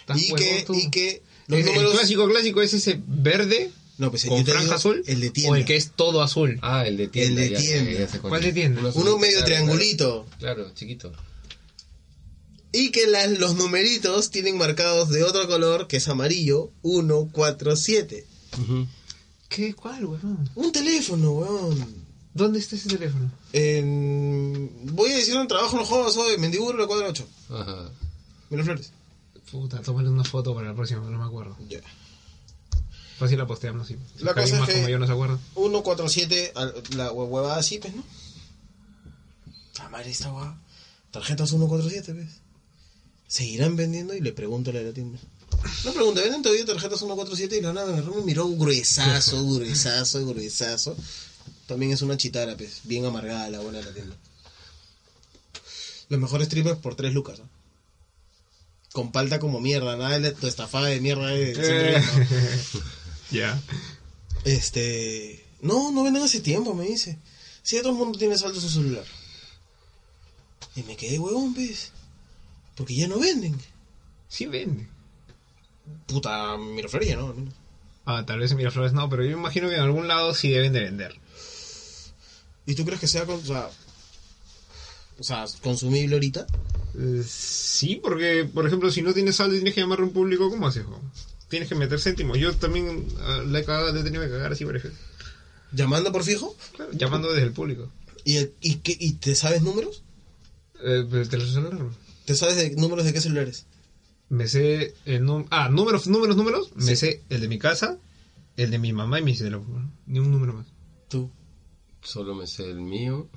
S4: ¿Estás
S3: Y
S4: huevón
S3: que,
S4: tú?
S3: y que los
S4: El, el
S3: números.
S4: clásico clásico es ese verde
S3: no, pues, yo
S4: con
S3: te
S4: franja
S3: digo,
S4: azul
S3: El de
S4: o
S3: tienda.
S4: el que es todo azul.
S5: Ah, el de tienda.
S3: El de
S5: ya, ya,
S3: tienda.
S5: ya sé
S4: ¿Cuál de tienda?
S5: Uno azulito,
S3: Uno medio
S5: claro,
S3: triangulito.
S5: Claro, Claro, chiquito.
S3: Y que las- los numeritos tienen marcados de otro color, que es amarillo, 1, 4, 7.
S4: ¿Qué? ¿Cuál, huevón?
S3: Un teléfono, weón.
S4: ¿Dónde está ese teléfono?
S3: En- Voy a decir un trabajo, no jodas, soy Mendiburo, la cuadra 8.
S5: Ajá.
S3: Miraflores.
S4: Puta, tómale una foto para la próxima, no me acuerdo.
S3: Ya.
S4: Fácil la posteamos, sí. Si
S3: La cosa
S4: alguien
S3: es
S4: más
S3: que-
S4: como yo no se acuerda.
S3: 1, 4, 7, al- la hue- huevada así, pues, ¿no? La Ah, madre esta huevada. Tarjetas 1, 4, 7, ¿ves? Seguirán pues. vendiendo y le pregunto a la de la tienda. No pregunta, ¿venden todavía tarjetas 1, 4, 7? Y la nada, me miró gruesazo, gruesazo, gruesazo. También es una chitara, pues, bien amargada la buena de la tienda. Los mejores tripas por 3 lucas, ¿no? Con palta como mierda, nada de tu estafada de mierda de...
S4: Eh.
S3: siempre, ¿no?
S4: (laughs) Ya.
S3: Este. No, no venden hace tiempo, me dice. Si todo el mundo tiene saldo en su celular. Y me quedé huevón, pues. Porque ya no venden.
S4: Sí vende.
S3: Puta, Miraflores ya no, al menos.
S4: Ah, tal vez en Miraflores no, pero yo imagino que en algún lado sí deben de vender.
S3: ¿Y tú crees que sea, con- o sea, o sea, consumible ahorita?
S4: Eh, sí, porque, por ejemplo, si no tienes saldo y tienes que llamar a un público, ¿cómo haces, huevón? Tienes que meter céntimos. Yo también ah, la he cagado, le he tenido que cagar así, por ejemplo.
S3: ¿Llamando por fijo?
S4: Claro, llamando desde el público.
S3: ¿Y, el- y, qué- y te sabes números?
S4: Eh, pero te lo celular.
S3: ¿Te sabes de, números de qué celulares?
S4: Me sé el número. Ah, números, números, números. Me sé el de mi casa, el de mi mamá y mi teléfono. Ni un número más.
S3: Tú.
S5: Solo me sé el mío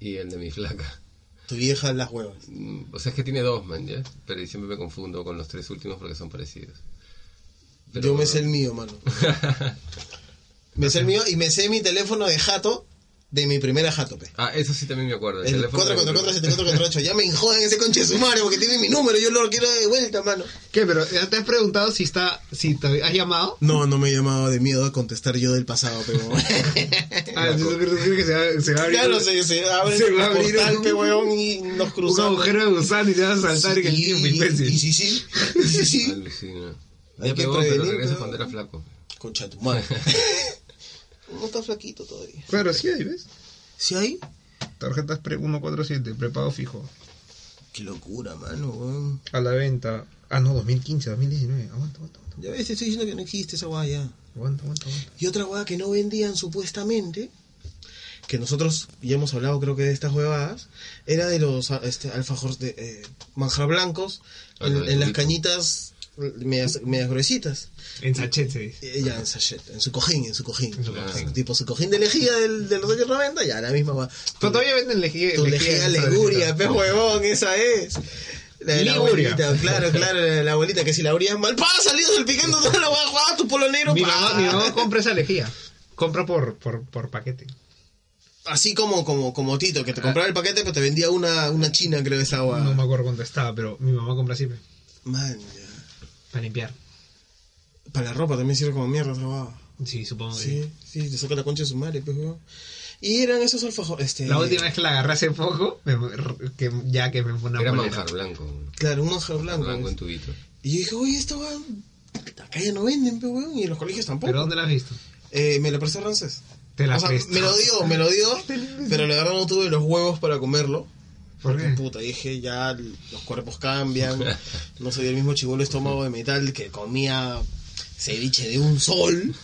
S5: y el de mi flaca.
S3: Tu vieja las huevas.
S5: Mm, O sea, es que tiene dos, man, ¿ya? Pero siempre me confundo con los tres últimos porque son parecidos. Pero-
S3: Yo me sé el mío, mano. Me sé el mío y me sé mi teléfono de jato de mi primera jato, pe.
S5: Ah, eso sí también me acuerdo.
S3: El
S5: teléfono de-
S3: 444-7448. Ya me enjodan ese conche de su madre porque tiene mi número. Yo lo quiero de vuelta, mano.
S4: ¿Qué? Pero ya te has preguntado si está, si te has
S3: (laughs)
S4: llamado.
S3: No, no me he llamado de miedo a contestar yo del pasado, pero. (laughs)
S4: Ah, entonces tú crees que se va, se va a abrir
S3: ya lo
S4: un-
S3: sé, se abre
S4: Se
S3: el
S4: va a abrir
S3: portal,
S4: un-
S3: pe, weón, y nos
S4: un
S3: cruzamos.
S4: agujero de gusano y te vas a saltar en el
S3: Sí,
S4: tiempo,
S3: Y
S4: imbécil.
S3: sí, sí. y sí, sí.
S5: Alucina.
S3: Hay que
S5: Ya pegó, pero
S3: prevenir,
S5: regresa
S3: pero-
S5: cuando era flaco.
S3: Concha tu (laughs) madre. No está flaquito todavía.
S4: Claro, sí hay, ¿ves?
S3: ¿Sí hay?
S4: Tarjetas pre 147, prepago fijo.
S3: Qué locura, mano, weón.
S4: A la venta. Ah, no, 2015, 2019. Aguanta, aguanta, aguanta.
S3: Ya ves, te estoy diciendo que no existe esa guaya.
S4: Aguanta, aguanta, aguanta.
S3: Y otra hueá que no vendían supuestamente, que nosotros ya hemos hablado creo que de estas huevadas, era de los a- este, alfajores de eh, manjar blancos
S5: Ah,
S3: en,
S5: la de
S3: en las
S5: Yulico.
S3: cañitas medias, medias gruesitas.
S4: En sachet se dice.
S3: Eh, ya en sachet, en su cojín, en su cojín.
S4: En su
S5: Claro.
S4: cojín.
S3: Tipo su cojín de lejía del, de los años 90, ya la misma hueá.
S4: Pero todavía venden lejía.
S3: Tu lejía Liguria, pe huevón, esa es. La de la
S4: Liguria.
S3: abuelita, claro, claro, la de la abuelita, que si la abrías mal, pa, salido del picando toda la hueá, ¡guau! tu polo negro,
S4: Mi
S3: pa.
S4: mamá, mi mamá compra esa lejía. Compra por, por, por paquete.
S3: Así como, como, como Tito,
S4: Eh.
S3: que te compraba el paquete, pero te vendía una, una china, creo, esa agua.
S4: No me acuerdo cuánto estaba, pero mi mamá compra siempre.
S3: Man,
S4: Para limpiar.
S3: Para la ropa también sirve como mierda esa agua.
S4: Sí, supongo que sí.
S3: Sí, sí, te saca la concha de su madre, pues, weón. Y eran esos alfajores, este...
S4: La última vez que la agarré hace poco, me- que, ya que me fue una
S5: Era
S4: polera.
S5: manjar blanco. manjar
S3: Claro, un pues, manjar blanco.
S5: Blanco
S3: pues.
S5: en tubito.
S3: Y yo dije, oye, esta agua... Acá ya no venden, pues, weón, y en los colegios tampoco.
S4: ¿Pero dónde la has visto?
S3: Eh, me lo prestó Ramses.
S4: Te la
S3: o sea,
S4: presto.
S3: me lo dio, me lo dio,
S4: (laughs)
S3: pero la verdad no tuve los huevos para comerlo.
S4: ¿Por
S3: Porque
S4: qué?
S3: puta, dije, ya los cuerpos cambian. No soy el mismo chivolo estómago de metal que comía ceviche de un (laughs) sol.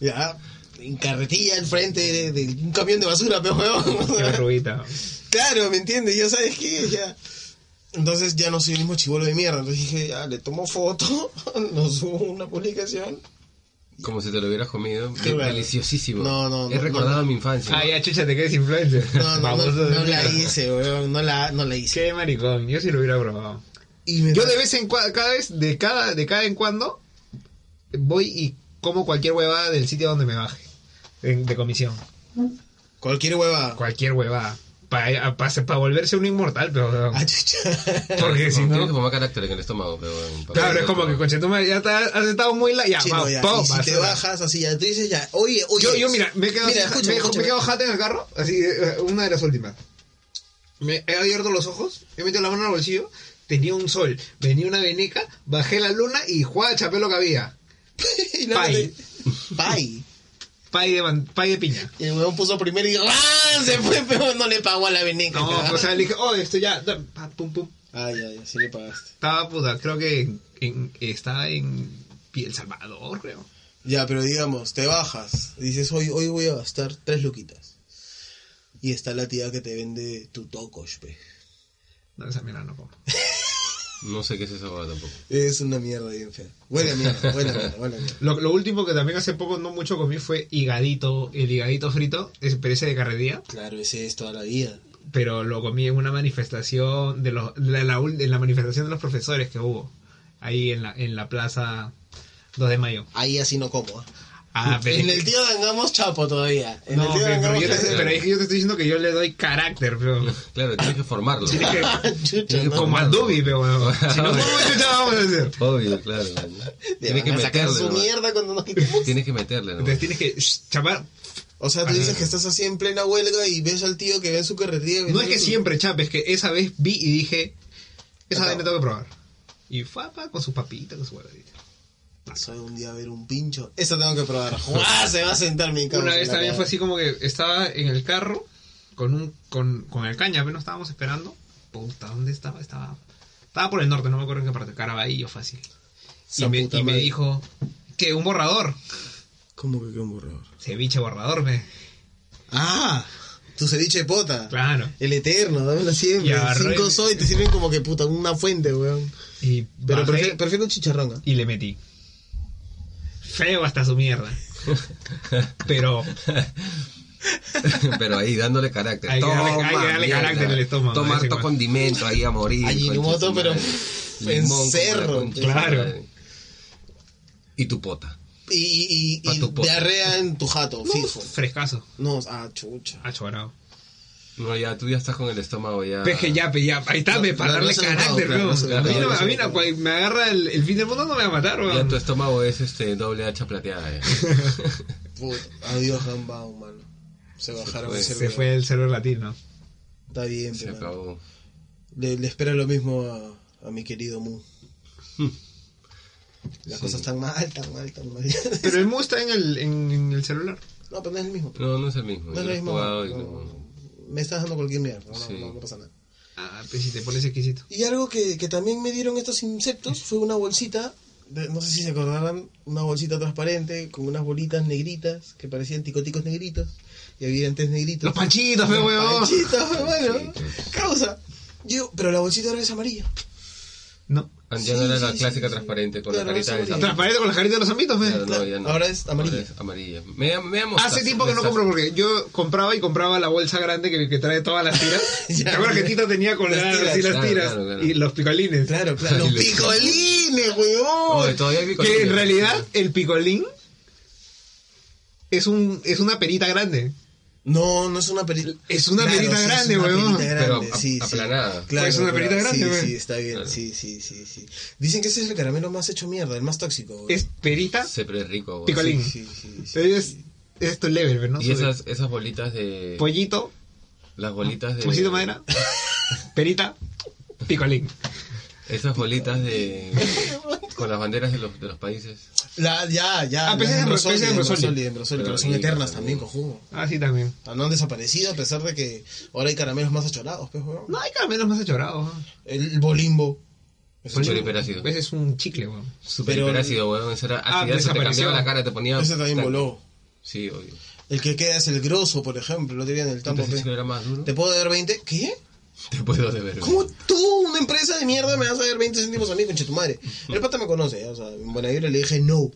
S3: Ya, en carretilla al frente de, de un camión de basura, pero (laughs)
S4: Qué
S3: huevón.
S4: rubita.
S3: Claro, ¿me entiendes? Ya sabes qué, ya. Entonces ya no soy el mismo chivolo de mierda. Entonces dije, ya, le tomo foto, (laughs) lo subo a una publicación.
S5: Como si te lo hubieras comido.
S3: Qué
S5: De-
S3: bueno.
S5: Deliciosísimo.
S3: No, no,
S5: He
S3: no,
S5: recordado
S3: no.
S5: mi infancia.
S4: Ah, ya, chucha, te quedes influencer.
S3: No, no, no,
S4: Famoso de
S3: no la
S4: mierda.
S3: hice, weón, no la, no la hice.
S4: Qué maricón, yo sí lo hubiera probado.
S3: Y me
S4: Yo de vez en cuando, cada vez, de cada, de cada en cuando, voy y como cualquier huevada del sitio donde me baje. en- de comisión.
S3: Cualquier hueva.
S4: Cualquier huevada. Para volverse un inmortal, pero... weón.
S3: Ah, chucha. (laughs)
S4: Porque si
S5: Tienes
S4: no...
S5: que tomar carácter en el estómago. Pero, bueno, para-
S4: Claro, es como que, coche, tú me- ya te has has estado muy... La, ya,
S3: Chino,
S4: vamos,
S3: ya.
S4: pum,
S3: y si te
S4: basura.
S3: bajas así, ya tú dices ya, oye, oye.
S4: Yo, yo, mira, me he quedado,
S3: Mira,
S4: me-
S3: escúchame,
S4: me,
S3: escúchame.
S4: he quedado jato en el carro, así, eh, una de las últimas. Me he abierto los ojos, he metido la mano al bolsillo, tenía un sol, venía una veneca, bajé la luna y juá, chapé lo que había.
S3: (laughs) Y nada,
S4: Pai.
S3: le- Pai.
S4: Pay de, man- pay de piña.
S3: Y el weón puso primero y ¡ah!
S4: (laughs)
S3: se fue, pero no le pagó a la veneca. (laughs)
S4: No,
S3: cagada.
S4: o sea, le dije, oh, esto ya, da- pa, pum, pum.
S3: Ay, ay, ay, sí le pagaste.
S4: Estaba puta, creo que en- en- estaba en El Salvador, creo.
S3: Ya, pero digamos, te bajas, dices, hoy, hoy voy a gastar tres luquitas. Y está la tía que te vende tu tocos, pe.
S4: No, esa mierda no como.
S5: No sé qué es esa huevada tampoco. (laughs)
S3: Es una mierda bien fea. Buena mierda, buena mierda, buena mierda.
S4: Lo, lo último que también hace poco, no mucho comí, fue higadito, el higadito frito, es- pero ese de carrería.
S3: Claro, ese es toda la vida.
S4: pero lo comí en una manifestación de los la, la ul- en la manifestación de los profesores que hubo ahí en la en la plaza 2 de mayo
S3: Ahí así no como. ¿ah?
S4: ah, pero,
S3: En el tío Dangamos chapo todavía. En
S4: no,
S3: el tío
S4: pero, pero
S3: Dangamos
S4: yo te,
S3: chapo.
S4: pero es que yo te estoy diciendo que yo le doy carácter pero
S5: Claro, tienes que formarlo.
S4: tienes
S3: (laughs)
S4: que-
S3: Ah, Chucha, no.
S4: como al Dubi pero (laughs) bueno, si no ¿cómo chucha vamos a hacer
S5: Obvio, claro. man.
S3: Te
S5: Tienes que
S3: van a sacar
S5: meterle.
S3: su
S5: nomás.
S3: mierda cuando
S4: (laughs)
S3: nos quitemos.
S5: Tienes que meterle. nomás.
S4: entonces tienes que shh, chapar
S3: O sea, tú dices que estás así en plena huelga y ves al tío que ve en su carretilla.
S4: no es que siempre chape es que esa vez vi y dije esa vez me tengo que probar y fapa con sus papitas con su huevadita
S3: Soy un día a ver un pincho. Eso tengo que (laughs) probar. ¡Juá! Se va a sentar mi causa.
S4: Una vez
S3: la
S4: también
S3: cagada.
S4: fue así como que estaba en el carro con un con, con el caña, pero no estábamos esperando. Puta, ¿dónde estaba? Estaba estaba por el norte, no me acuerdo en qué parte, Caraballo fue así. Y
S3: Esa
S4: me,
S3: puta
S4: y me
S3: madre.
S4: dijo, que un borrador,
S3: ¿Cómo que qué un borrador?
S4: ceviche borrador, me.
S3: ¡Ah! Tu ceviche de pota.
S4: Claro.
S3: El eterno, dámelo siempre.
S4: Y agarró
S3: Cinco
S4: y-
S3: soy te sirven como que puta, una fuente, weón.
S4: Y
S3: Pero
S4: bajé
S3: prefiero, prefiero un chicharrón. ¿ah?
S4: y le metí. Feo hasta su mierda. Pero
S5: (laughs) Pero ahí dándole carácter.
S4: Hay que darle-
S5: Toma,
S4: hay que darle
S5: mierda.
S4: carácter al estómago,
S5: Toma
S4: a ese
S5: harto
S4: man.
S5: condimento ahí a morir.
S3: A Ajinomoto,
S5: concha su
S3: pero
S5: madre.
S3: en
S5: Limón, como
S3: cerro,
S5: la concha su
S4: claro.
S5: madre. Y tu pota.
S3: Y, y,
S5: Pa'
S3: y
S5: tu postre.
S3: diarrea en tu jato, fijo.
S4: Frescazo.
S3: No, ah, chucha.
S4: Ah, chorado.
S5: No, ya tú ya estás con el estómago ya.
S3: Pues
S4: Peje, ya, pe, ya. Ahí está,
S3: No,
S4: pe, para
S3: no, no
S4: darle
S3: se lo pago,
S4: carácter,
S3: claro,
S4: weón.
S3: no se
S5: lo
S4: a mí,
S5: pago,
S4: no,
S5: no
S4: a
S5: se
S4: mí
S3: lo
S4: no,
S3: pago.
S4: cual me agarra el, el fin del mundo, no me va a matar,
S5: Ya
S4: weón.
S5: tu estómago es este doble hacha
S3: (laughs)
S5: plateada. ya.
S3: Puta, adiós, Gambao, mano. Se bajaron
S5: fue,
S3: el
S4: Se
S3: servidor.
S4: fue el server latino.
S3: Está bien,
S5: Se
S3: pero, mano.
S5: acabó.
S3: Le, le espera lo mismo a, a mi querido
S5: (laughs)
S3: Mu. Las cosas están mal, están mal, están mal. (laughs)
S4: Pero el Mu está en el, en, en el celular.
S3: no, pero no es el mismo.
S5: No, no es el
S3: No
S5: mismo.
S3: es
S5: Yo
S3: lo
S5: lo he
S3: mismo.
S5: jugado y
S3: no.
S5: no.
S3: Me estás dando cualquier mierda, no,
S5: Sí.
S3: no, no pasa nada.
S4: Ah, pues si te pones exquisito.
S3: Y algo que, que también me dieron estos insectos fue una bolsita, de- no sé si se acordarán, una bolsita transparente con unas bolitas negritas que parecían ticoticos negritos y evidentes negritos.
S4: Los panchitos, pe,
S3: Los
S4: huevón.
S3: panchitos, hermano. Causa. Yo, pero la bolsita ahora es amarilla.
S4: No.
S5: Ah,
S3: Sí,
S5: Ya no era
S3: sí,
S5: la
S3: sí,
S5: clásica
S3: sí.
S5: transparente con
S3: Claro,
S5: la carita
S3: no
S5: de
S3: sabía.
S5: Samsung.
S4: Transparente con las caritas de los amitos, fe.
S5: Claro, no, ya no.
S3: Ahora es amarilla.
S5: Ahora es amarilla. Me, ha- me ha mostrado-
S4: Hace tiempo que no
S5: me está-
S4: compro porque yo compraba y compraba la bolsa grande que, que trae todas las
S5: (laughs)
S4: tiras.
S3: Ya.
S4: ¿Te acuerdas que Tito tenía colgadas
S3: Las tiras,
S4: así las
S5: claro,
S4: tiras
S5: claro, claro.
S4: y los picolines?
S3: Claro, claro. Los
S5: Ay, le-
S3: picolines, huevón.
S5: Oye, todavía hay bicolín.
S4: Que en realidad el picolín es un es una perita grande.
S3: No, no es una perita.
S4: Es una perita
S3: sí,
S4: grande,
S3: es una
S4: huevón.
S3: perita
S5: Pero
S3: grande,
S5: a-
S3: sí,
S5: aplanada.
S3: sí. Claro,
S4: Es una
S3: pero
S4: perita grande,
S3: sí,
S4: huevón.
S3: sí, está bien.
S5: Claro.
S3: Sí, sí, sí, sí. Dicen que ese es el caramelo más hecho mierda, el más tóxico. huevón.
S4: Es perita,
S5: Sí, pero es rico. güey.
S4: Picolín.
S3: Sí, sí, sí, sí.
S4: es, es tu level, pero ¿no?
S5: Y
S4: Sobre-
S5: esas, eh, esas bolitas de.
S4: Pollito,
S5: Las bolitas de.
S4: pulsito
S5: (laughs)
S4: madera, perita, picolín.
S5: Esas
S3: (laughs)
S5: bolitas de. con las banderas de los, de los países.
S3: La, ya, ya.
S4: Ah, pensé
S3: las
S4: en Rosoli,
S3: pues Rosoli,
S4: en Rosoli.
S3: en Rosoli, pero
S5: Pero
S3: son
S5: ahí-
S3: eternas también, cojudo.
S4: Ah, sí, también.
S3: O sea, No han desaparecido a pesar de que ahora hay caramelos más achorados, pues, huevón.
S4: No, hay caramelos más achorados. ¿no?
S3: El bolimbo. Ese
S5: Bolimbo.
S3: chulo.
S5: hiperácido.
S4: Ese es un chicle, weón.
S5: Super
S3: Pero-
S5: hiperácido, weón. Eso era
S4: Ah,
S5: ácido, se te
S4: desapareció.
S5: cambiaba la cara, te ponía.
S3: Ese también voló.
S5: Sí, obvio.
S3: El que queda es el grosso, por ejemplo. Lo tenían en el tambo.
S5: Entonces
S3: pe.
S5: eso era más duro.
S3: ¿Te
S5: Te,
S3: puedo dar 20? ¿Qué?
S5: puedo deber.
S3: ¿Cómo tú, una empresa de mierda, me vas a dar 20 céntimos a mí, conche tu madre? El pata me conoce, o sea, en buena vibra le dije, (laughs) no,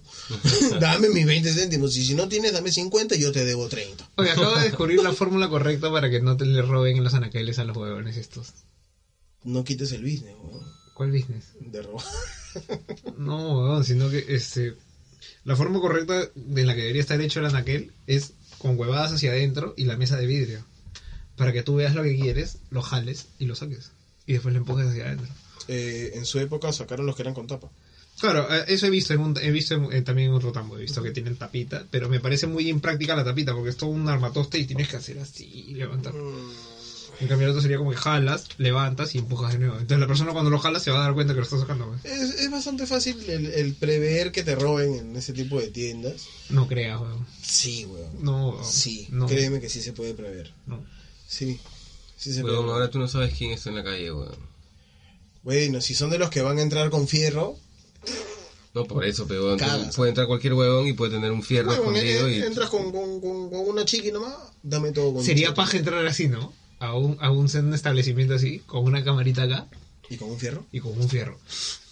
S3: dame mis 20 céntimos, y si no tienes, dame 50 y yo te debo 30.
S4: Oye, acabo de descubrir la fórmula correcta para que no te le roben los anaqueles a los huevones estos.
S3: No quites el business, weón,
S4: ¿Cuál business?
S3: de robar.
S4: No, huevón, sino que este, la forma correcta de la que debería estar hecho el anaquel es con huevadas hacia adentro y la mesa de vidrio. Para que tú veas lo que quieres, lo jales y lo saques. Y después lo empujes hacia adentro.
S3: (laughs) Eh, en su época sacaron los que eran con tapa.
S4: Claro, eh, eso he visto, en un- he visto en- eh, también en otro tambo, he visto que tienen tapita, pero me parece muy impráctica la tapita porque es todo un armatoste y tienes que hacer así y levantar.
S3: Mm,
S4: En cambio, el otro sería como que jalas, levantas y empujas de nuevo. Entonces la persona cuando lo jala se va a dar cuenta que lo está sacando. pues.
S3: Es, es bastante fácil el, el prever que te roben en ese tipo de tiendas.
S4: No creas, weón.
S3: Sí, weón.
S4: No, weón.
S3: Sí,
S4: no.
S3: créeme que sí se puede prever.
S4: no.
S3: Sí, sí se puede.
S5: Weón,
S3: prever.
S5: ahora tú no sabes quién está en la calle, weón.
S3: Bueno, si son de los que van a entrar con fierro,
S5: No, por eso, pero weón, tú-
S3: Cagas.
S5: puede entrar cualquier huevón y puede tener un fierro
S3: Huevón,
S5: escondido
S3: eh,
S5: y.
S3: entras con, con, con, con una chiqui nomás, dame todo con
S4: Sería
S3: chiqui.
S4: paja entrar así, ¿no? A un, a un un establecimiento así, con una camarita acá
S3: ¿Y con un fierro?
S4: y con un fierro.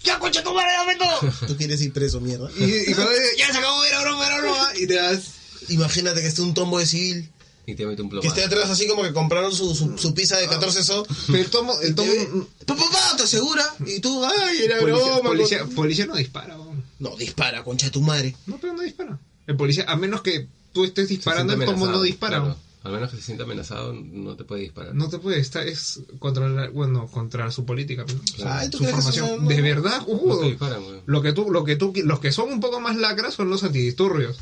S2: ¡Ya, concha tu madre, dame todo!
S3: (laughs) Tú quieres ir preso, mierda.
S4: Y, y cuando dice, ya se acabó, era broma, era broma, y te vas.
S3: Imagínate que esté un tombo de civil,
S5: y te mete un
S3: que
S5: plomazo.
S3: esté atrás así como que compraron su, su, su pizza de 14 so.
S4: Pero el tomo, Ah. el tomo, mm,
S3: Papá, te asegura. Y tú, ay, era
S4: Policía,
S3: broma.
S4: policía,
S3: con-
S4: policía no dispara, weón.
S3: No, dispara, concha de tu madre.
S4: No, pero no dispara. El policía, a menos que tú estés
S5: Se siente
S4: disparando, el tomo no
S5: amenazado,
S4: dispara.
S5: claro.
S4: weón.
S5: Al menos que se sienta amenazado, no te puede disparar.
S4: No te puede estar, es contra la- bueno, contra su política, ¿no?
S5: Claro.
S3: Ay, ¿tú
S4: su
S3: crees que eso
S4: formación.
S3: no-
S4: De verdad,
S5: No
S4: Hugo,
S5: te disparan, weón.
S4: lo que tú, lo que tú, los que son un poco más lacras son los antidisturbios.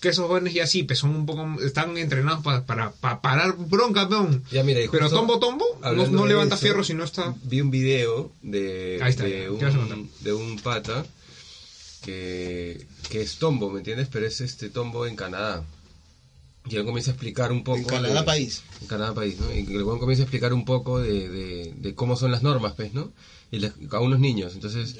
S4: Que esos jóvenes ya sí, pues son un poco, están entrenados pa- para, pa- parar bronca, weón.
S5: Ya, mira, y
S4: Pero
S5: justo
S4: tombo tombo, no- no,
S5: hablando de
S4: levanta
S5: eso,
S4: fierro si no está.
S5: Vi un video de,
S4: Ahí está,
S5: de,
S4: ya. ¿Qué vas a
S5: un, de un pata que, que es tombo, ¿me entiendes? Pero es este tombo en Canadá. Y él comienza a explicar un poco.
S3: En Canadá,
S5: de-
S3: país.
S5: En Canadá país, ¿no? Y el weón comienza a explicar un poco de, de, de cómo son las normas, pues, ¿no? Y les- a unos niños. Entonces,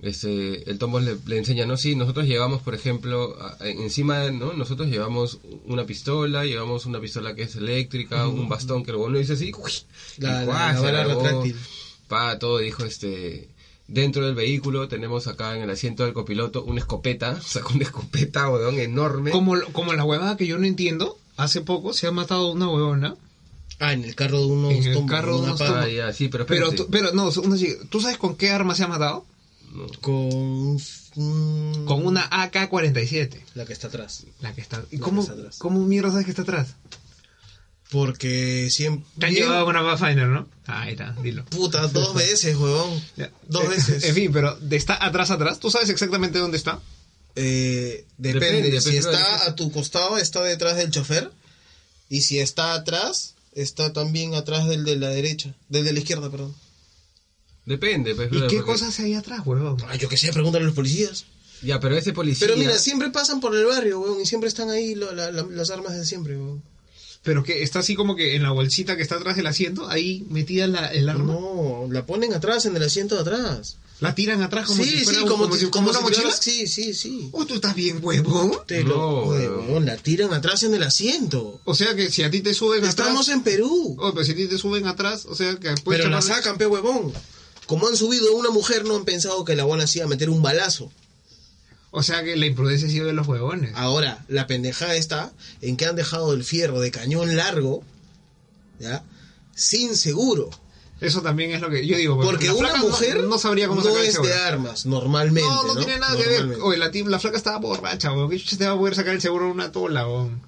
S5: este, el tombo le, le enseña, ¿no? Sí, nosotros llevamos, por ejemplo, a- a- encima, de- ¿no? Nosotros llevamos una pistola, llevamos una pistola que es eléctrica, un bastón que el weón lo dice así, ¡uy! y
S3: La- la-
S5: ¡guau!
S3: la
S5: se
S3: bala
S5: alargó,
S3: retráctil.
S5: Pa, todo dijo este. Dentro del vehículo tenemos acá en el asiento del (laughs) copiloto una escopeta, sacó una escopeta, weón, enorme.
S4: Como, lo- como la huevada que yo no entiendo, hace poco se ha matado una huevona.
S3: Ah, en el carro de unos
S4: En el
S3: tombos,
S4: carro de
S3: una
S4: unos
S3: pava.
S5: Ah, ya, sí, pero
S4: Pero,
S5: espérate.
S4: tú- pero no, una chica, ¿tú sabes con qué arma se ha matado?
S5: No.
S3: Con. mm,
S4: Con una AK-47.
S3: La que está atrás.
S4: La que está. ¿Y
S3: La
S4: cómo,
S3: que está atrás.
S4: cómo mierda sabes que está atrás?
S3: Porque siempre.
S4: Te han
S3: Bien,
S4: llevado una Pathfinder, ¿no? Ah, Ahí está, dilo.
S3: Puta,
S4: (laughs)
S3: dos veces, huevón.
S4: Ya.
S3: Dos
S4: Eh,
S3: veces.
S4: (laughs) En fin, pero de está atrás, atrás, tú sabes exactamente dónde está.
S3: Eh, depende.
S5: Depende,
S3: Si
S5: depende de la
S3: está
S5: distancia.
S3: a tu costado, está detrás del chofer. Y si está atrás, está también atrás del de la derecha. Del de la izquierda, perdón.
S5: Depende, pues.
S4: ¿Y
S5: brother,
S4: qué
S5: porque-
S4: cosas hay atrás, huevón?
S3: Ah, yo qué sé, pregúntale a los policías.
S5: Ya, pero ese policía.
S3: Pero mira, siempre pasan por el barrio, weón. Y siempre están ahí lo- la- la- las armas de siempre, weón.
S4: Pero que está así como que en la bolsita que está atrás del asiento, ahí metida la, el arma.
S3: No, la ponen atrás, en el asiento de atrás.
S4: La tiran atrás como
S3: sí,
S4: si fuera
S3: sí,
S4: un-
S3: como,
S4: como
S3: si-
S4: si- como
S3: como
S4: una
S3: si
S4: mochila.
S3: fueras- Sí, sí, sí.
S4: Oh, tú estás bien, huevón.
S3: Te
S5: No,
S3: lo- Oye,
S5: weón.
S3: weón, la tiran atrás en el asiento.
S4: O sea que si a ti te suben
S3: Estamos
S4: atrás.
S3: en Perú.
S4: Oh, pero si a ti te suben atrás, o sea que después.
S3: pero la sacan, pe huevón. Como han subido a una mujer, no han pensado que la buena hacía meter un balazo.
S4: O sea que la imprudencia ha sido de los huevones.
S3: Ahora, la pendejada está en que han dejado el fierro de cañón largo, ¿ya? Sin seguro.
S4: Eso también es lo que yo digo.
S3: Porque
S4: la
S3: una
S4: flaca no-
S3: mujer
S4: no, sabría cómo
S3: no
S4: sacar
S3: es
S4: el
S3: de
S4: seguro.
S3: armas, normalmente.
S4: No, no, tiene nada que ver.
S3: Normalmente.
S4: Oye, la, ti- la flaca estaba borracha, weón. ¿Qué chucha te va a poder sacar el seguro de una tola, weón?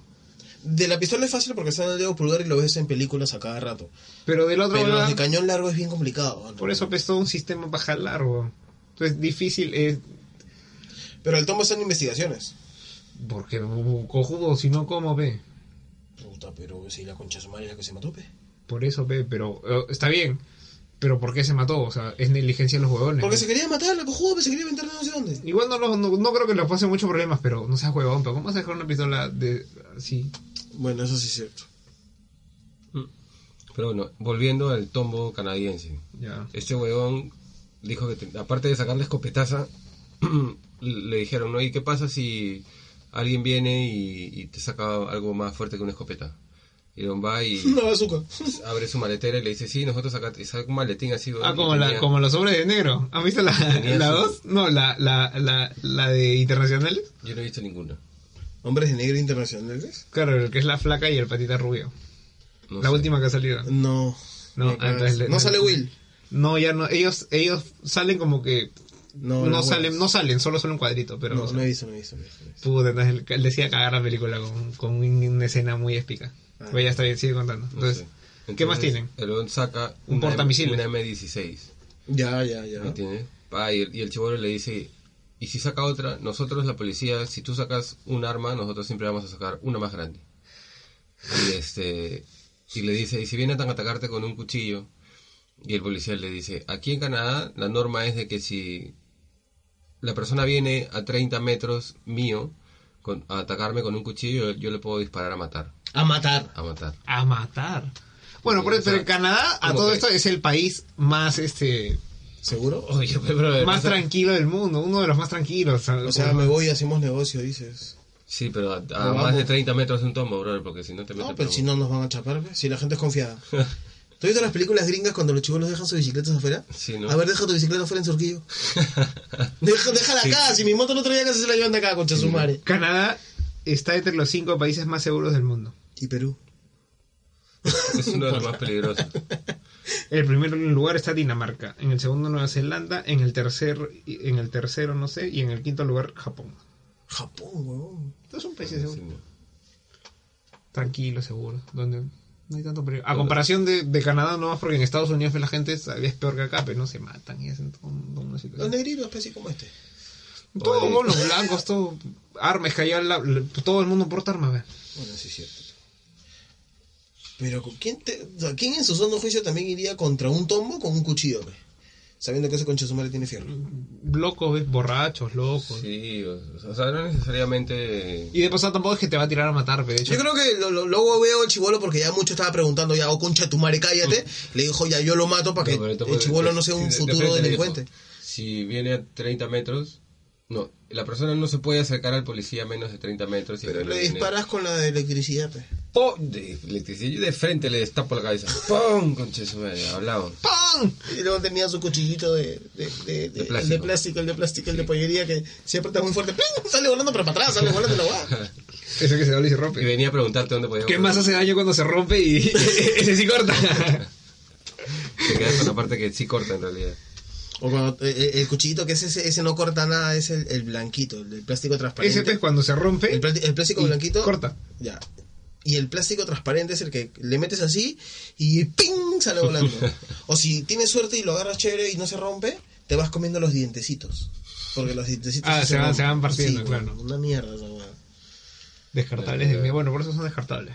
S3: De la pistola es fácil porque está en el dedo pulgar y lo ves en películas a cada rato.
S4: Pero del otro
S3: Pero los de
S4: lado,
S3: cañón largo es bien complicado. ¿no?
S4: por eso pues todo un sistema para jalar, weón. Entonces difícil eh, es...
S3: Pero el tomo está en investigaciones.
S4: Porque uh, cojudo, si no, ¿cómo, ve?
S3: Puta, pero si la concha de su madre es la que se mató, pe.
S4: Por eso, ve, pero... eh, está bien. Pero ¿por qué se mató? O sea, es negligencia de los huevones.
S3: Porque
S4: ¿no?
S3: se quería matar, la cojuda, pe, se quería inventar de no sé dónde.
S4: Igual no, los- no, no creo que les pase muchos problemas, pero no seas huevón, pero ¿cómo vas a dejar una pistola de así?
S3: Bueno, eso sí es (clears throat) cierto.
S5: Pero bueno, volviendo al tombo canadiense.
S4: Ya.
S5: Este huevón dijo que, te- aparte de sacarle escopetaza, (clears throat) le dijeron, ¿no? ¿Y qué pasa si alguien viene y, y te saca algo más fuerte que una escopeta? Y don
S3: (laughs)
S5: va y pues,
S3: Una bazooka.
S5: abre su maletera y le dice, sí, nosotros acá, y saca un maletín así. huevón,
S4: Ah,
S5: y
S4: como, la,
S5: tenía-
S4: como los hombres de negro. ¿Han visto la,
S5: Tenía
S4: la
S5: su-
S4: dos? No, la, la, la, la de internacionales.
S5: Yo no he visto ninguna.
S3: ¿Hombres de negro internacionales?
S4: Claro, el que es la flaca y el patita rubio.
S5: No
S4: la
S5: sé.
S4: última que ha salido.
S3: No.
S4: No,
S3: Me
S4: ah,
S3: cagas.
S4: entonces le-
S3: ¿No sale Will.
S4: No, ya no. Ellos, ellos salen como que. No,
S3: las
S4: salen, no
S3: huevas.
S4: salen, solo son un cuadrito, pero.
S3: No, no he visto, no he visto. no he visto, no he visto.
S4: Puta, entonces le decía cagar la película con, con una escena muy épica.
S3: Ah.
S4: Pero ya está bien, sigue contando.
S5: No
S4: Entonces,
S5: sé.
S4: pues, ¿qué
S5: Entonces,
S4: más tienen?
S5: El huevón saca
S4: Un
S5: una-
S4: portamisiles.
S5: Una M16.
S3: Ya, ya, ya.
S5: ¿Me entiendes? Pa, y el, y el chibolo le dice, y si saca otra, nosotros la policía, si tú sacas un arma, nosotros siempre vamos a sacar una más grande. Y este y le dice, y si vienen a atacarte con un cuchillo, y el policía le dice, aquí en Canadá la norma es de que si la persona viene a 30 metros mío con- a atacarme con un cuchillo, yo le puedo disparar a matar,
S3: A matar.
S5: a matar.
S4: A matar. Bueno,
S5: Sí,
S4: pero,
S5: o sea,
S4: pero en Canadá, a
S5: ¿cómo
S4: todo
S5: que?
S4: esto, es el país más este
S3: ¿Seguro?
S5: Oye, (laughs) pero-
S4: más
S5: o sea,
S4: tranquilo del mundo, uno de los más tranquilos.
S3: O sea, me voy y hacemos negocio, dices.
S5: Sí, pero a, a
S3: Pero
S5: más de
S3: vamos.
S5: 30 metros de un tombo, brother, porque si no te metes...
S3: No, pero
S5: preso.
S3: si no nos van a chapar, pe, si la gente es confiada. ¿Tú has visto las películas gringas cuando los chicos dejan sus bicicletas afuera?
S5: Sí, ¿no?
S3: A ver, deja tu bicicleta afuera en Surquillo. (laughs)
S5: (laughs)
S3: Deja, déjala acá, si mi moto no traía casi se la llevan de acá, concha su madre.
S4: Canadá está entre los cinco países más seguros del mundo.
S3: Y Perú.
S5: Es uno de los más peligrosos.
S4: El primer lugar está Dinamarca, en el segundo Nueva Zelanda, en el tercer, en el tercero no sé, y en el quinto lugar Japón.
S3: Japón, huevón.
S4: Estos son países seguros.
S5: Sí.
S4: tranquilos, seguros, donde no hay tanto peligro. A comparación de, de Canadá, no más porque en Estados Unidos pues, la gente es, es peor que acá, pero no se matan y hacen todo, un- toda una
S3: Los
S4: situación.
S3: negritos, pe, así como este.
S4: Todo,
S5: Oye.
S4: bueno, los blancos, todo, armas, que allá la- la- todo el mundo porta armas, ve.
S3: Bueno, sí es cierto. Pero ¿con quién, te, o sea, ¿quién en su sano juicio también iría contra un tombo con un cuchillo? pe? Sabiendo que ese concha de su madre tiene fierro.
S4: locos, ¿ves? borrachos, locos.
S5: Sí, o o sea, no necesariamente...
S4: Y de pasada tampoco es que te va a tirar a matar, pe, de hecho.
S3: Yo creo que lo- lo- luego veo el chivolo porque ya mucho estaba preguntando, ya, oh concha de tu madre, cállate. Le dijo, ya, yo lo mato para que
S5: No, pero tampoco-
S3: el chivolo no sea
S5: sí,
S3: un
S5: de- de
S3: futuro
S5: frente le
S3: delincuente.
S5: dijo, Si viene a 30 metros... No, la persona no se puede acercar al policía a menos de 30 metros. y
S3: Pero
S5: el
S3: le
S5: viene-
S3: disparas con la de electricidad. pues. pe.
S5: ¡Po! De, electricidad, yo de frente le destapo
S3: (laughs)
S5: la cabeza. ¡Pum! Conche su madre, hablado.
S4: ¡Pam!
S3: Y luego tenía su cuchillito de, de, de, de-
S5: plástico.
S3: el de plástico, el de plástico, el de pollería que siempre está muy fuerte. ¡Pling! Sale volando, pero para atrás, sale volando la guada.
S4: Ese que se dobla y se
S5: Y
S4: rompe.
S5: venía a preguntarte dónde podíamos.
S4: ¿Qué más hace daño cuando se rompe y (laughs) ese sí corta?
S5: Te quedas con la parte que sí corta en realidad.
S3: O cuando eh, eh, el cuchillito que es ese, ese no corta nada, es el, el blanquito, el, el plástico transparente.
S4: ese pez cuando se rompe,
S3: el, plati- el plástico
S4: y
S3: blanquito.
S4: corta.
S3: Ya. Y el plástico transparente es el que le metes así y ¡ping! sale volando. o si tienes suerte y lo agarras chévere y no se rompe, te vas comiendo los dientecitos. Porque los dientecitos.
S4: Ah,
S3: sí
S4: se van-
S3: rompen.
S4: se van partiendo,
S3: Sí, weón,
S4: claro.
S3: Una mierda esa weá.
S4: descartables de mí. Bueno, por eso son descartables.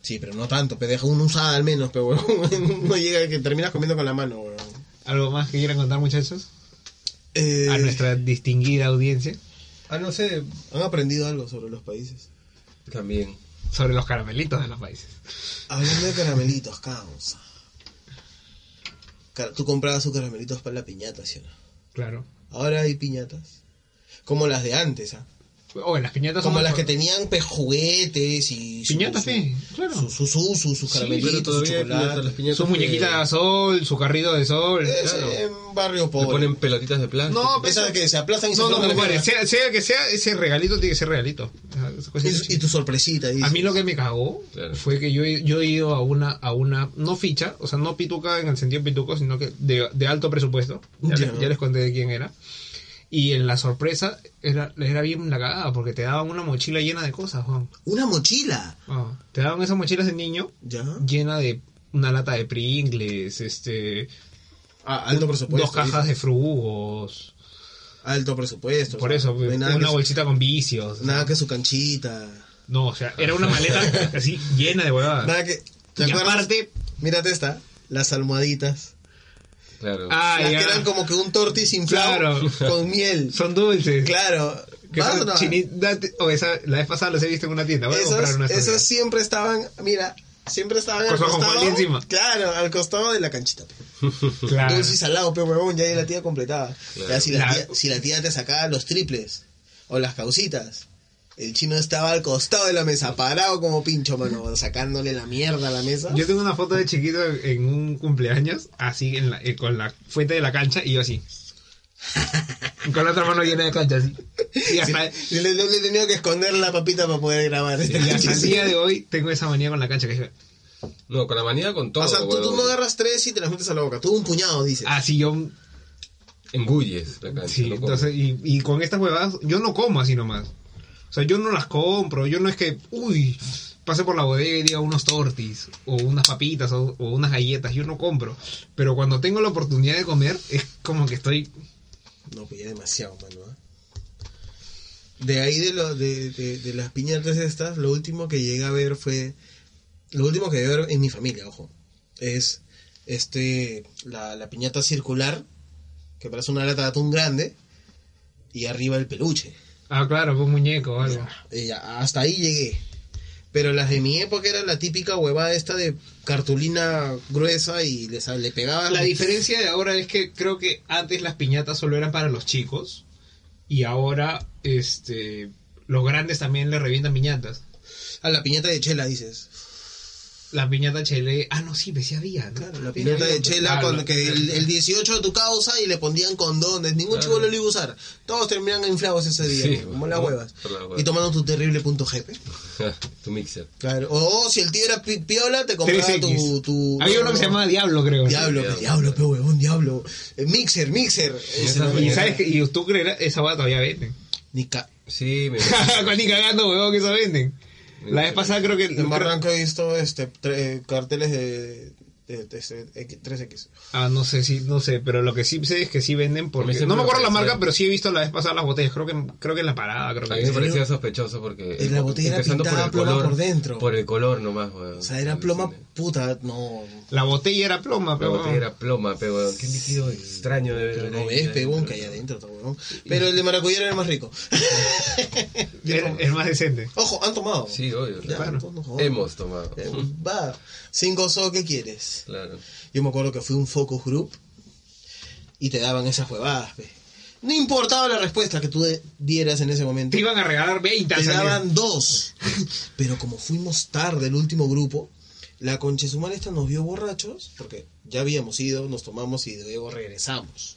S3: Sí, pero no tanto, pero deja una usada al menos, pero (laughs) weón. no llega que terminas comiendo con la mano, weón.
S4: ¿Algo más que quieran contar, muchachos?
S3: Eh,
S4: A nuestra distinguida audiencia
S3: Ah, no sé, han aprendido algo sobre los países.
S5: También.
S4: sobre los caramelitos de los países.
S3: Hablando de caramelitos, causa. Car- Tú comprabas sus caramelitos para la piñata, ¿sí o no?
S4: Claro.
S3: Ahora hay piñatas. Como las de antes, ¿ah?
S4: O en las piñatas
S3: Como
S4: son
S3: las
S4: mejor.
S3: que tenían pues, juguetes y... su-
S4: Piñatas,
S3: su-
S4: sí, claro.
S3: Su, su, su, su- sus caramelitos, su
S5: pero todavía hay
S3: chocolate.
S5: piñatas, las piñatas
S4: Su
S5: que-
S4: muñequita de sol, su carrito de sol.
S3: Es,
S5: claro.
S3: En barrio
S5: Le
S3: pobre.
S5: ponen pelotitas de plástico.
S4: No, pero-
S3: Esas que se aplazan y se
S4: No, no,
S3: forman la
S4: compadre,
S3: mierda.
S4: sea, sea el que sea, ese regalito tiene que ser regalito. Esa- esa cosa
S3: Y, su- y tu sorpresita. dices.
S4: A mí lo que me cagó
S5: Claro.
S4: fue que yo, he- yo he ido a una, a una, no ficha, o sea, no pituca en el sentido pituco, sino que de, de alto presupuesto. Ya,
S3: Ya.
S4: les, ya les conté de quién era. Y en la sorpresa era, era bien la cagada, porque te daban una mochila llena de cosas, Juan.
S3: Una mochila.
S4: Ah, te daban esas mochilas de niño
S3: Ya.
S4: llena de una lata de Pringles, este,
S3: Ah, alto presupuesto.
S4: dos cajas de frugos.
S3: dices. Alto presupuesto.
S4: Por
S3: o sea,
S4: eso,
S3: no hay nada que
S4: una
S3: su-
S4: bolsita con vicios.
S3: Nada que su canchita.
S4: No, o sea, era una
S5: (laughs)
S4: maleta así llena de huevadas.
S3: Nada que... ¿Te
S4: Ah. Y
S3: acuerdas?
S4: aparte,
S3: Mírate esta. Las almohaditas.
S5: Claro.
S4: ah,
S3: las
S4: ya,
S3: que eran como que un tortis inflado
S4: Claro.
S3: con miel.
S4: (laughs) son dulces.
S3: Claro.
S4: Que
S3: ¿Vas
S4: son
S3: o no?
S4: chinitas- o esa, la vez pasada los he visto en una tienda. Voy a comprar
S3: Esos,
S4: una
S3: esos siempre estaban, mira, siempre estaban al
S4: Con su ajonjolí
S3: costado.
S4: encima.
S3: Claro, al costado de la canchita. pe.
S4: Claro.
S3: Dulce y salado, pero huevón, ya ahí la tía completaba.
S5: Claro.
S3: Ya si la,
S4: La-
S3: tía, si la tía te sacaba los triples o las causitas. El chino estaba al costado de la mesa, parado como pincho, mano, sacándole la mierda a la mesa.
S4: Yo tengo una foto de chiquito en un cumpleaños, así en la- eh, con la fuente de la cancha y yo
S3: (laughs)
S4: así. con la otra mano llena de cancha, así. Y
S3: Sí,
S4: hasta,
S3: le, le- le he tenido que esconder la papita para poder grabar. este
S4: y hasta el
S3: chiste.
S4: día de hoy tengo esa manía con la cancha que es
S5: No, con la manía con todo.
S3: o sea, tú,
S5: huevón.
S3: tú no agarras tres y te las metes a la boca. Tú un puñado, dices.
S4: así yo
S5: Engulles la cancha.
S4: Sí,
S5: no comes.
S4: entonces, y, y con estas huevadas, yo no como así nomás. O sea, yo no las compro, yo no es que, uy, pase por la bodega y diga unos tortis, o unas papitas, o, o unas galletas, yo no compro. Pero cuando tengo la oportunidad de comer, es como que estoy...
S3: No, pues ya demasiado, mano. ¿ah? De ahí de, lo, de, de- de las piñatas estas, lo último que llegué a ver fue. Lo último que llegué a ver en mi familia, ojo. Es este la, la piñata circular, que parece una lata de atún grande, y arriba el peluche.
S4: Ah, claro, fue un muñeco o algo.
S3: Y ya, hasta ahí llegué. Pero las de mi época era la típica huevada esta de cartulina gruesa y les, le pegaban.
S4: La diferencia de ahora es que creo que antes las piñatas solo eran para los chicos, y ahora, este, los grandes también le revientan piñatas.
S3: A la piñata de chela, dices.
S4: La piñata chele... Ah, no, sí, pues sí había, ¿no?
S3: Claro, la piñata de chela
S4: Claro,
S3: con que el, el 18 de tu causa y le pondían condones. Ningún chico lo iba a usar. Todos terminan inflados ese día,
S5: Sí,
S3: como las
S5: ¿no?
S3: huevas.
S5: Por las huevas.
S3: Y tomando tu terrible punto GP.
S5: (laughs) tu mixer.
S3: Claro. O si el tío era pi- piola, te compraba
S4: 3X.
S3: tu, tu-
S4: Había uno que se llamaba Diablo, creo.
S3: Diablo, pe, diablo, pe huevón, diablo. Eh, mixer, mixer. Ese no
S4: Y
S3: era.
S4: sabes que, y tú creerás, esa va todavía venden. (laughs)
S3: Ni ca- (laughs)
S5: Sí, me
S4: Con ni cagando, huevón, que esa venden. La vez pasada creo que.
S3: En Barranco he visto este, tre- carteles de, de- de ese X- 3X.
S4: Ah, no sé si, no sé, pero lo que sí sé es que sí venden
S5: A mí
S4: porque.
S5: siempre
S4: No me
S5: me
S4: acuerdo la
S5: parecía-
S4: marca, pero sí he visto la vez pasada las botellas. Creo que, creo que en la parada, creo
S5: A
S4: que.
S5: mí me parecía sospechoso porque.
S3: En la botella era
S5: empezando
S3: pintada a pluma por dentro.
S5: Por el color nomás, weón.
S3: O sea, era ploma puta. No.
S4: La botella era ploma,
S5: La
S4: pero.
S5: botella era ploma, pero weón. Qué líquido extraño de ver.
S3: Pero no ves, pe, huevón, que hay adentro, todo, huevón. Pero el de maracuyá era el más rico.
S4: era- es más decente.
S3: Ojo, han tomado.
S5: Sí, obvio.
S3: Ya,
S5: claro.
S3: entonces, joder.
S5: Hemos tomado.
S3: Eh, Va, sin gozo, ¿qué quieres?
S5: Claro.
S3: Yo me acuerdo que fui a un focus group y te daban esas huevadas, pe. No importaba la respuesta que tú de- dieras en ese momento.
S4: Te iban a regalar 20 al
S3: Te
S4: salir.
S3: daban dos. (laughs) Pero como fuimos tarde el último grupo, la conchesumar esta nos vio borrachos, porque ya habíamos ido, nos tomamos y luego regresamos.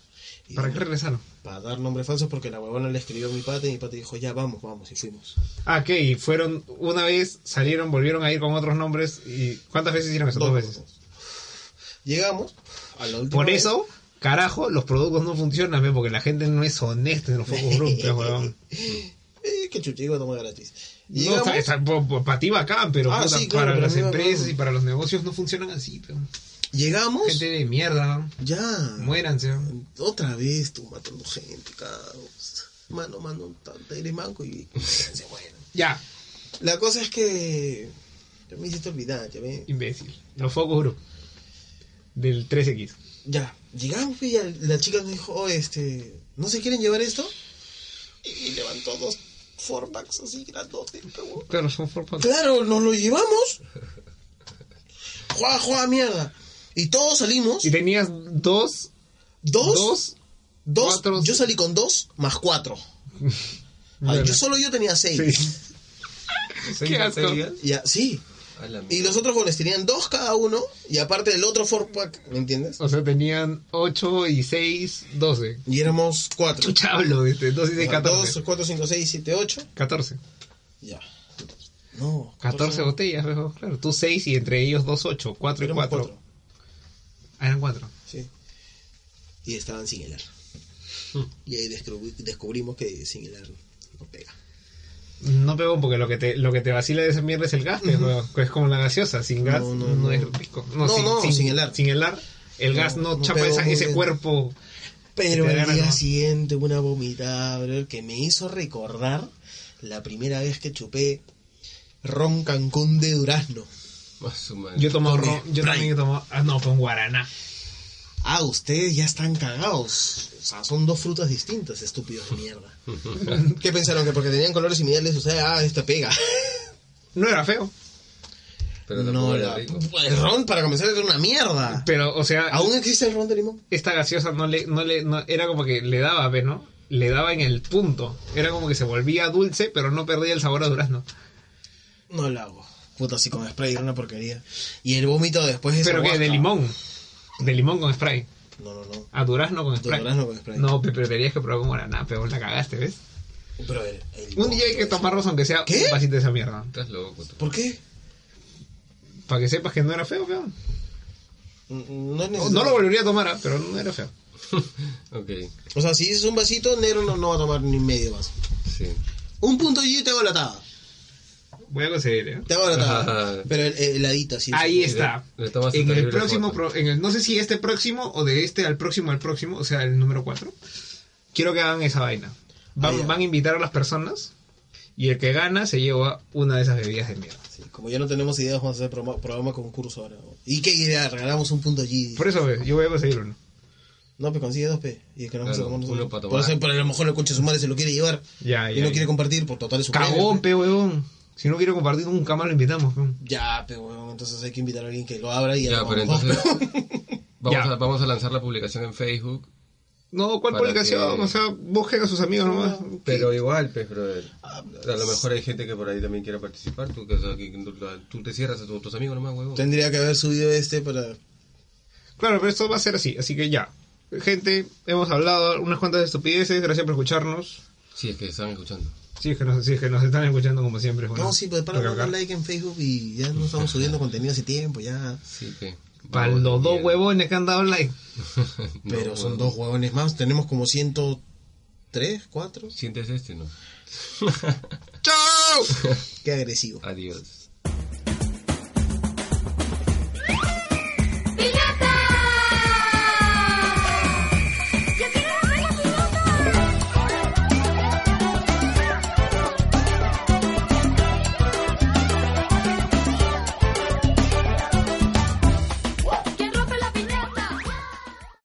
S4: ¿Para qué regresaron?
S3: Para dar nombres falsos porque la huevona le escribió a mi pata y mi pata dijo, ya vamos, vamos, y fuimos.
S4: Ah, ¿qué? Y fueron una vez, salieron, volvieron a ir con otros nombres y... ¿Cuántas veces hicieron eso? Dos veces.
S3: Llegamos a la última
S4: Por
S3: vez.
S4: eso, carajo, los productos no funcionan, ¿ve? porque la gente no es honesta en
S3: (laughs)
S4: los focus group, pe, huevón.
S3: Eh, qué chucha, iba a tomar gratis.
S4: No,
S3: Llegamos,
S4: está, está- po- po- para ti bacán, pero
S3: Ah,
S4: puta,
S3: sí, claro,
S4: para
S3: pero
S4: las
S3: a mí me-
S4: empresas y para los negocios no funcionan así. pe.
S3: llegamos,
S4: Gente de mierda, ¿no?
S3: ya.
S4: muéranse. ¿no?
S3: Otra vez tú matando gente, cabrón. Mano, mano, tanta eres manco y se mueren.
S4: Ya,
S3: La cosa es que. Ya me hiciste olvidar, ya ves.
S4: imbécil. Los focus group del 3X.
S3: Ya, llegamos y ya la chica nos dijo, oh, este, ¿no se quieren llevar esto? Y levantó dos formax así grandotes, pero...
S4: Claro, son four packs.
S3: Claro, nos lo llevamos. Juega, juega, mierda. Y todos salimos.
S4: Y tenías dos,
S3: Dos, dos,
S4: dos, cuatro-
S3: yo salí con dos más
S4: (laughs)
S3: cuatro. Ay,
S4: Bueno,
S3: yo solo yo tenía seis.
S4: sí.
S5: ¿Qué
S4: ¿Qué asco?
S3: Ya, sí.
S5: A la
S3: Y
S5: mierda.
S3: los otros goles tenían dos cada uno. Y aparte del otro four pack, ¿me entiendes?
S4: O sea, tenían 8 y 6, 12.
S3: Y éramos cuatro.
S4: Chuchablo, este, 2 y 6,
S3: Ya,
S4: 14.
S3: Ah, Dos, cuatro, cinco, seis, siete, ocho.
S4: 14.
S3: Ya. No.
S4: 14 botellas, viejo, claro. Tú 6 y entre ellos 2, 8. 4 y
S3: Éramos
S4: 4.
S3: cuatro,
S4: Ah, eran 4.
S3: Sí. Y estaban sin helar. Y ahí descubri- descubrimos que sin helar no pega.
S4: No pegó porque lo que te, lo que te vacila de esa mierda es el gas, pues, weón. Es como la gaseosa, sin gas
S3: No,
S4: no,
S3: no,
S4: es
S3: no.
S4: rico.
S3: No, no, sin helar.
S4: Sin helar, el
S3: No,
S4: gas no,
S3: no
S4: chapa
S3: pegó
S4: esa-
S3: muy
S4: ese
S3: bien.
S4: cuerpo.
S3: Pero
S4: Te
S3: al
S4: ganas,
S3: día
S4: ¿no?
S3: siguiente una vomitada, brother, que me hizo recordar la primera vez que chupé ron Cancún de durazno.
S5: Más su madre.
S4: Yo he tomado
S3: Con
S4: ron- yo
S3: Sprite.
S4: también he tomado, ah, no, con guaraná.
S3: Ah, ustedes ya están cagados. O sea, son dos frutas distintas, estúpidos de mierda. (laughs) ¿Qué pensaron? Que porque tenían colores similares, o sea, ah, esta pega.
S4: No era feo,
S5: Pero
S3: no,
S5: tampoco era
S3: la-
S5: rico.
S3: el ron para comenzar era una mierda.
S4: pero, o sea,
S3: ¿Aún existe el ron de limón?
S4: esta gaseosa no le, no le, no- era como que le daba, ¿ves, no? Le daba en el punto. Era como que se volvía dulce, pero no perdía el sabor a durazno.
S3: No lo hago. Puta, así con spray era una porquería. Y el vómito después es.
S4: Pero que de limón. De limón con spray.
S3: No, no, no.
S4: A durazno con spray.
S3: durazno con Sprite.
S4: No, pero tenías que probar con guaraná, pero la cagaste, ¿ves?
S3: Pero el, el
S4: Un día hay
S3: vómito
S4: que
S3: es-
S4: tomarlos aunque sea
S3: ¿Qué?
S4: un vasito de esa mierda.
S5: Estás loco. tú. (laughs)
S3: ¿Por qué?
S4: Para que sepas que no era feo, feo.
S3: N- No es
S4: No,
S3: necesario.
S4: no lo volvería a tomar, ah, pero no era feo.
S5: Ok,
S3: O sea, si dices un vasito, negro no, no va a tomar ni medio vaso.
S5: sí.
S3: Un punto y te hago la tabla.
S4: Voy a conseguir, ¿eh?
S3: Te hago la (laughs) tabla. Pero el, el heladito, así.
S4: Ahí
S3: es.
S4: está.
S5: Le- le tomas
S4: En
S5: un
S4: el
S5: terrible
S4: próximo,
S5: foto.
S4: pro- en el, no sé si este próximo o de este al próximo al próximo, o sea, el número 4. Quiero que hagan esa vaina. Van,
S3: Ah, ya.
S4: van a invitar a las personas y el que gana se lleva una de esas bebidas de mierda.
S3: Sí, como ya no tenemos ideas, vamos a hacer promo- programa concurso ahora. ¿Y qué idea? Regalamos un punto allí.
S4: Por eso ve, yo voy a conseguir uno.
S3: No, pero consigue dos P. Y el que no vamos a
S5: Claro,
S3: tomar
S5: uno
S3: nosotros.
S5: para tomar.
S3: Por eso, pero a lo mejor el coche su madre se lo quiere llevar.
S4: Ya,
S3: y
S4: ya,
S3: no
S4: ya.
S3: quiere compartir, por total es su premio.
S4: Cagón, pe huevón. Si no quiero compartir, nunca más lo invitamos. pe.
S3: Ya, pero bueno, entonces hay que invitar a alguien que lo abra y
S5: Ya,
S3: lo
S5: pero
S3: vamos.
S5: (laughs) entonces vamos,
S4: Ya.
S5: A, vamos a lanzar la publicación en Facebook.
S4: No, ¿cuál
S5: Para
S4: publicación?
S5: que-
S4: O sea, busquen a sus amigos nomás.
S5: Pero igual, pues, brother. A lo mejor hay gente que por ahí también quiera participar. Tú, que, o sea, que tú, tú te cierras a tu- tus amigos nomás,
S3: (laughs)
S5: huevón.
S3: Tendría que haber subido este para.
S4: Claro, pero esto va a ser así, así que ya. Gente, hemos hablado unas cuantas estupideces, gracias por escucharnos.
S5: Sí, es que están escuchando.
S4: Sí, es que nos, sí, es que nos están escuchando como siempre. bueno,
S3: no, sí, pues para
S4: lo que
S3: darle
S4: acá.
S3: like en Facebook y ya no estamos
S4: (laughs)
S3: subiendo contenido hace tiempo, ya.
S5: Sí, que.
S4: Para
S5: vamos,
S4: los dos
S5: mierda.
S4: huevones que han dado like.
S5: No,
S3: Pero son
S5: huevón.
S3: dos huevones más. Tenemos como 103, 4.
S5: ¿Sientes este, no?
S4: ¡Chao!
S3: Qué agresivo.
S5: Adiós.